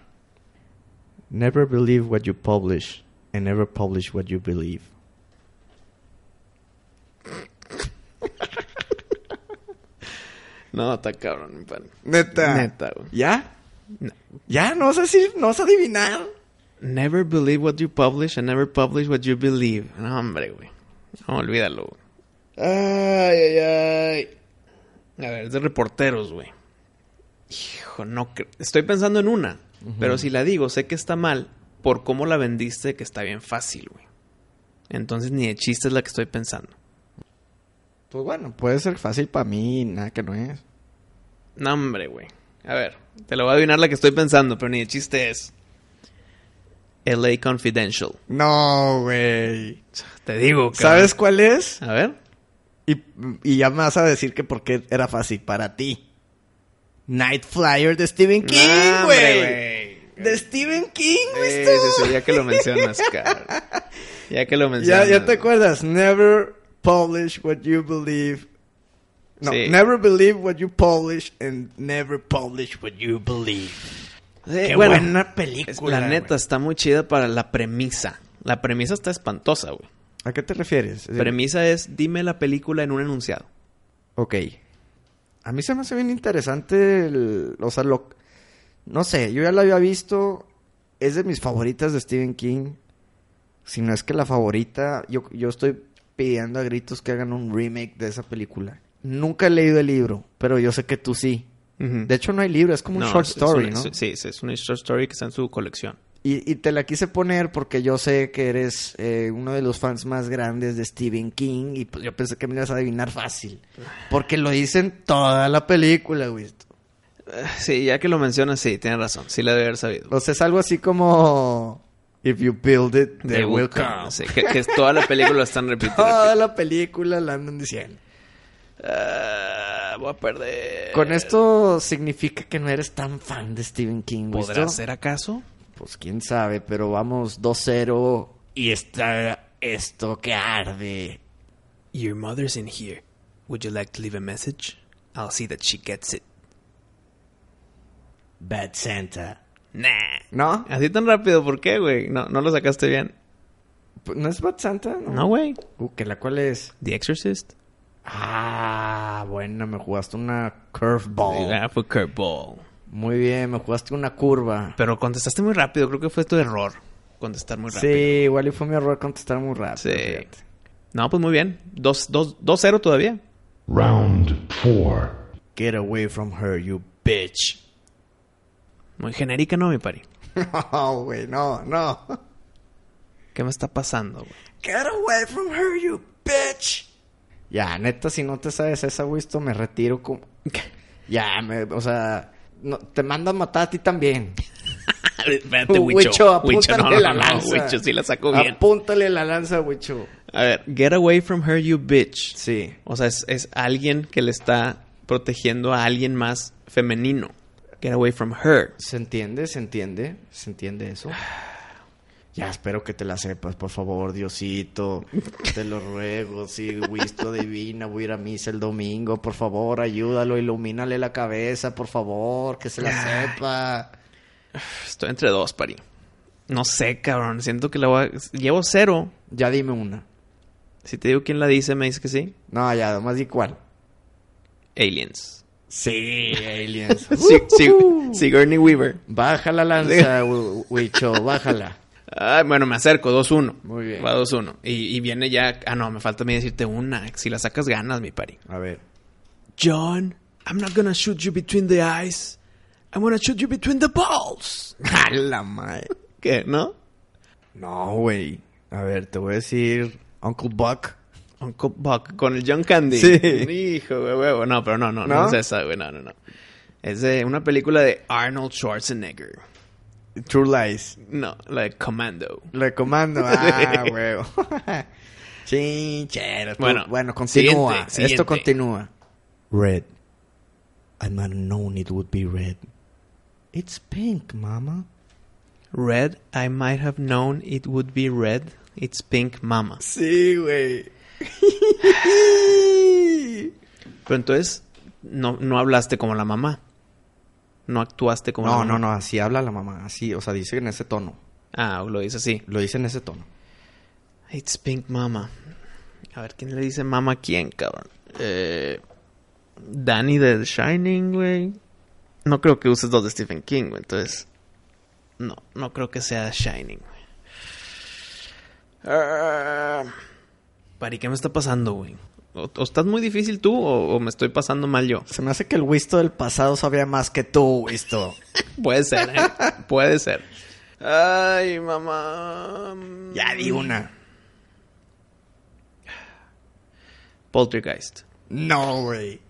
Never believe what you publish and never publish what you believe. No, está cabrón, mi pan. Neta. Neta, güey. ¿Ya? ¿Ya? ¿No vas a decir? ¿No vas a adivinar? Never believe what you publish and never publish what you believe. No, hombre, güey. No, olvídalo, güey. Ay, ay, ay. A ver, es de reporteros, güey. Hijo, no cre- Estoy pensando en una. Pero si la digo, sé que está mal por cómo la vendiste, que está bien fácil, güey. Entonces ni de chiste es la que estoy pensando. Pues bueno, puede ser fácil para mí, nada que no es. No, hombre, güey. A ver, te lo voy a adivinar la que estoy pensando, pero ni de chiste es. LA Confidential. No, güey. Te digo, ¿Sabes cuál es? A ver. Y, y ya me vas a decir que porque era fácil para ti. Night Flyer de Stephen King, No, güey. hombre, güey. De Stephen King, güey. Sí, esto. sí, sí, ya que lo mencionas, cabrón. Ya que lo Ya, mencionas. ya te acuerdas. Never publish what you believe. No, Sí. never believe what you publish and never publish what you believe. Sí, Qué bueno, buena es- película. La neta está muy chida para la premisa. La premisa está espantosa, güey. ¿A qué te refieres? Premisa es dime la película en un enunciado. Ok. A mí se me hace bien interesante el- O sea, lo... No sé, yo ya la había visto. Es de mis favoritas de Stephen King. Si no es que la favorita... Yo, yo estoy pidiendo a gritos que hagan un remake de esa película. Nunca he leído el libro, pero yo sé que tú sí. De hecho, no hay libro, es como un No, short es- es story, una- ¿no? es- sí, sí, es una short story que está en su colección. Y, y te la quise poner porque yo sé que eres eh, uno de los fans más grandes de Stephen King y pues yo pensé que me ibas a adivinar fácil. Porque lo dicen toda la película, güey. Sí, ya que lo mencionas, sí, tienes razón. Sí la debe haber sabido. O sea, es algo así como... If you build it, they, will come. Sí, que, que es- toda la película la están repitiendo. Toda la película la andan diciendo. Ah, voy a perder. Con esto significa que no eres tan fan de Stephen King, ¿visto? ¿Podrá ser acaso? Pues quién sabe, pero vamos 2-0 y está esto que arde. Your mother's in here. Would you like to leave a message? I'll see that she gets it. Bad Santa. Nah. ¿No? Así tan rápido, ¿por qué, güey? No, no lo sacaste bien. ¿No es Bad Santa? No, güey. Uh, que la cual es. The Exorcist. Ah, bueno, me jugaste una curveball. Ah, fue curveball. Muy bien, me jugaste una curva. Pero contestaste muy rápido, creo que fue tu error. Contestar muy rápido. Sí, igual y fue mi error contestar muy rápido. Sí. fíjate. No, pues muy bien. 2-0 dos, dos, dos cero todavía. round four, Get away from her, you bitch. Muy genérica, ¿no, mi pari? No, güey, no, no. ¿Qué me está pasando, güey? Get away from her, you bitch. Ya, neta, si no te sabes esa, güey, esto me retiro como... Ya, me, o sea, no, te manda a matar a ti también. Espérate, Este Huicho, Wicho. Wicho, apúntale no, no, la no, no, lanza. Wicho, sí la sacó bien. Apúntale la lanza, Wicho. A ver, get away from her, you bitch. Sí. O sea, es, es alguien que le está protegiendo a alguien más femenino. Get away from her. ¿Se entiende? ¿Se entiende? ¿Se entiende eso? Ya, espero que te la sepas, por favor, Diosito. Te lo ruego, sí, Wisto divina, voy a ir a misa el domingo, por favor, ayúdalo, ilumínale la cabeza, por favor, que se la sepa. Estoy entre dos, pari. No sé, cabrón. Siento que la voy a... Llevo cero. Ya dime una. Si te digo quién la dice, me dice que sí. No, ya, además di cuál. Aliens. Sí, aliens. Sig- Sig- Sigourney Weaver. Baja la lanza, Wi- Wicho, bájala. Ay, bueno, me acerco, 2-1. Muy bien. Va 2-1. Y, y viene ya. Ah, no, me falta a mí decirte una. Si la sacas, ganas, mi pari. A ver. John, I'm not gonna shoot you between the eyes. I'm gonna shoot you between the balls. A la madre. ¿Qué? ¿No? No, güey. A ver, te voy a decir Uncle Buck. Uncle Buck con el John Candy. Sí. Hijo de huevo. No, pero no, no, no, ¿No? es esa, güey. No, no, no. Es de una película de Arnold Schwarzenegger. True Lies. No, la de Commando. Le comando. Ah, huevo. Chinchero. Bueno, Bueno, bueno continúa. siguiente, siguiente. Esto continúa. Red. I might have known it would be red. It's pink, mama. Red, I might have known it would be red. It's pink mama. Sí, güey. Pero entonces, no, no hablaste como la mamá. No actuaste como la No, mamá. no, no. Así habla la mamá. Así, o sea, dice en ese tono. Ah, lo dice así. Lo dice en ese tono. It's Pink Mama. A ver, ¿quién le dice mama a quién, cabrón? Eh, Danny de The Shining, güey. No creo que uses dos de Stephen King, güey. Entonces, no, no creo que sea The Shining, güey. Ah. Pari, ¿qué me está pasando, güey? ¿O, o estás muy difícil tú o, o me estoy pasando mal yo? Se me hace que el Wisto del pasado sabía más que tú, Wisto. Puede ser, ¿eh? Puede ser. Ay, mamá. ya Mm. di una. Poltergeist. No, güey.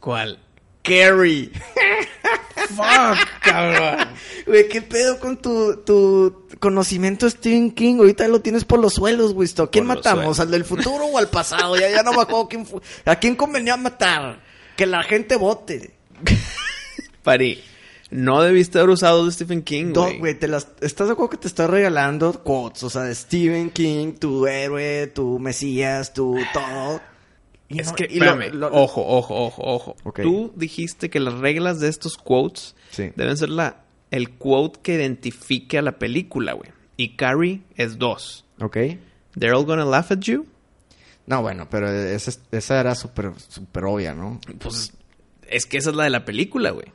¿Cuál? Carrie. Fuck, cabrón. Güey, ¿qué pedo con tu, tu conocimiento de Stephen King? Ahorita lo tienes por los suelos, güey. ¿A quién Por los suelos. matamos? ¿Al del futuro o al pasado? Ya, ya no me acuerdo quién fu- ¿A quién convenía matar? Que la gente vote. Pari, no debiste haber usado de Stephen King, No, güey. güey, te las... ¿estás de acuerdo que te estoy regalando quotes? O sea, de Stephen King, tu héroe, tu mesías, tu todo. Y Es no- que, y lo- espérame, lo- ojo, ojo, ojo, ojo. Ok. Tú dijiste que las reglas de estos quotes Sí. deben ser la, el quote que identifique a la película, güey. Y Carrie es dos. Ok. They're all gonna laugh at you. No, bueno, pero esa, es- esa era súper súper obvia, ¿no? Pues es que esa es la de la película, güey.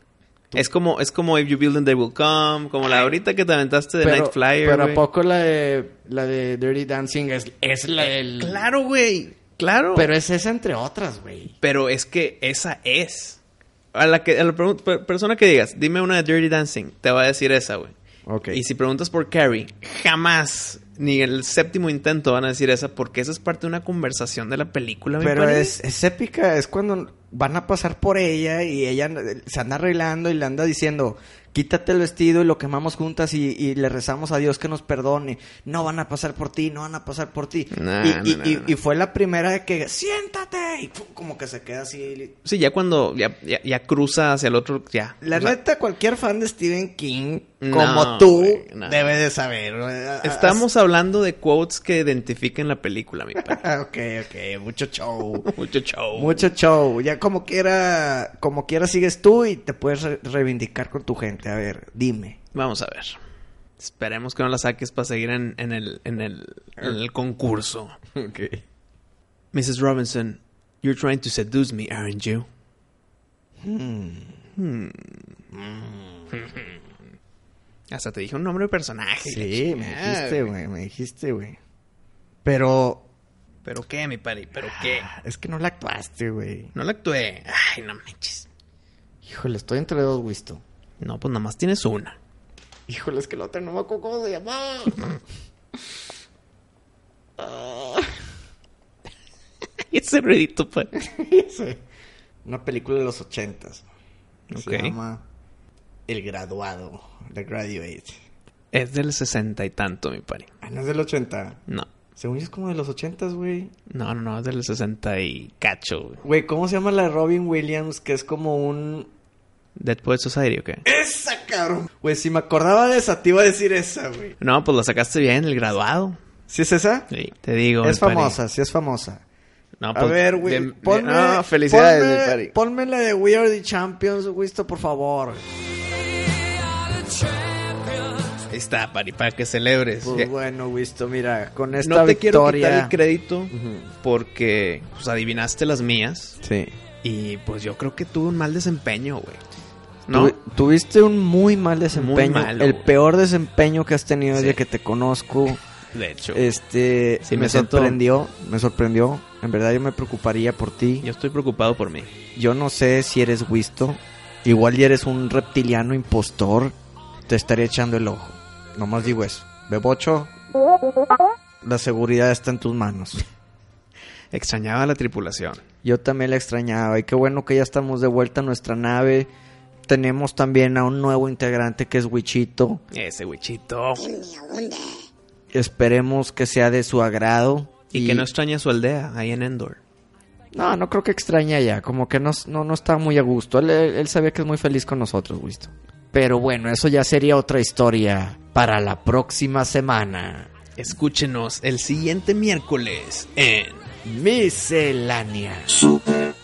Es como, es como If You Build and They Will Come, como la ahorita que te aventaste de Night Flyer. pero güey. ¿a poco la de, la de Dirty Dancing es, es la del... Eh, Claro, güey. Claro. Pero es esa entre otras, güey. Pero es que esa es. A la, que, a la pregun- per- persona que digas, dime una de Dirty Dancing, te va a decir esa, güey. Ok. Y si preguntas por Carrie, jamás ni el séptimo intento van a decir esa, porque esa es parte de una conversación de la película. mi Pero pari. es, es épica, es cuando van a pasar por ella y ella eh, se anda arreglando y le anda diciendo, quítate el vestido y lo quemamos juntas y, y le rezamos a Dios que nos perdone. No van a pasar por ti, no van a pasar por ti. Nah, y, y- nah, y- nah, nah. y fue la primera de que, siéntate, y pum, como que se queda así. Sí, ya cuando ya, ya, ya cruza hacia el otro, ya. La O sea, neta, cualquier fan de Stephen King, No, como tú, güey, no. debe de saber. ¿verdad? estamos hablando de quotes que identifiquen la película, mi padre. Ah, ok, ok, mucho show. Mucho show. Mucho show. Ya como quiera, como quiera sigues tú y te puedes re- reivindicar con tu gente. A ver, dime. Vamos a ver. Esperemos que no la saques para seguir en, en el, en, el, en el concurso. Mrs. Robinson, you're trying to seduce me, aren't you? Hmm. Hmm. Hasta te dije un nombre de personaje. y la Sí, me chingada, dijiste, güey, me dijiste, güey. Pero ah, ¿Pero qué, mi pari? ¿Pero qué? es que no la actuaste, güey. No la actué. Ay, no manches. Híjole, estoy entre dos, Wisto. No, pues nada más tienes una. Híjole, es que la otra no me acuerdo cómo se llamaba. Ese ruidito, pues. pari. Sí. Una película de los ochentas. que Se Ok. llama El Graduado, The Graduate. Es del sesenta y tanto, mi pari. Ah, no es del ochenta. No. Según yo es como de los ochentas, güey. No, no, no, es del sesenta y cacho, güey. Güey, ¿cómo se llama la de Robin Williams? Que es como un... Dead Poet Society, ¿o qué? ¡Esa, cabrón! Güey, si me acordaba de esa, te iba a decir esa, güey. No, pues la sacaste bien, el graduado. ¿Sí es esa? Sí, te digo. es mi pari. famosa, sí es famosa. No, A pues, ver, güey, de- de- ponme... no, felicidades, ponme- mi pari. Ponme la de We Are The Champions, Wisto, por favor. Ahí está, Pari, para que celebres. Pues Ya- bueno, Wisto, mira, con esta no te quiero victoria... quitar el crédito Ujú. porque pues, adivinaste las mías Sí. y pues yo creo que tuve un mal desempeño, güey. ¿No? Tuvi- tuviste un muy mal desempeño. malo, el güey. peor desempeño que has tenido Sí. desde que te conozco. De hecho, Este, Sí, me, me siento- sorprendió, me sorprendió. En verdad yo me preocuparía por ti. yo estoy preocupado por mí. Yo no sé si eres Wisto. Igual y eres un reptiliano impostor. Te estaré echando el ojo. Nomás digo eso. Bebocho, la seguridad está en tus manos. Extrañaba la tripulación. Yo también la extrañaba. Y qué bueno que ya estamos de vuelta a nuestra nave. Tenemos también a un nuevo integrante que es Wichito. Ese huichito. Esperemos que sea de su agrado. Y, que no extraña su aldea ahí en Endor. No, no creo que extraña ya. Como que no, no, no está muy a gusto. Él, él- él sabía que es muy feliz con nosotros, Wisto. Pero bueno, eso ya sería otra historia para la próxima semana. Escúchenos el siguiente miércoles en Miscelánea. Show.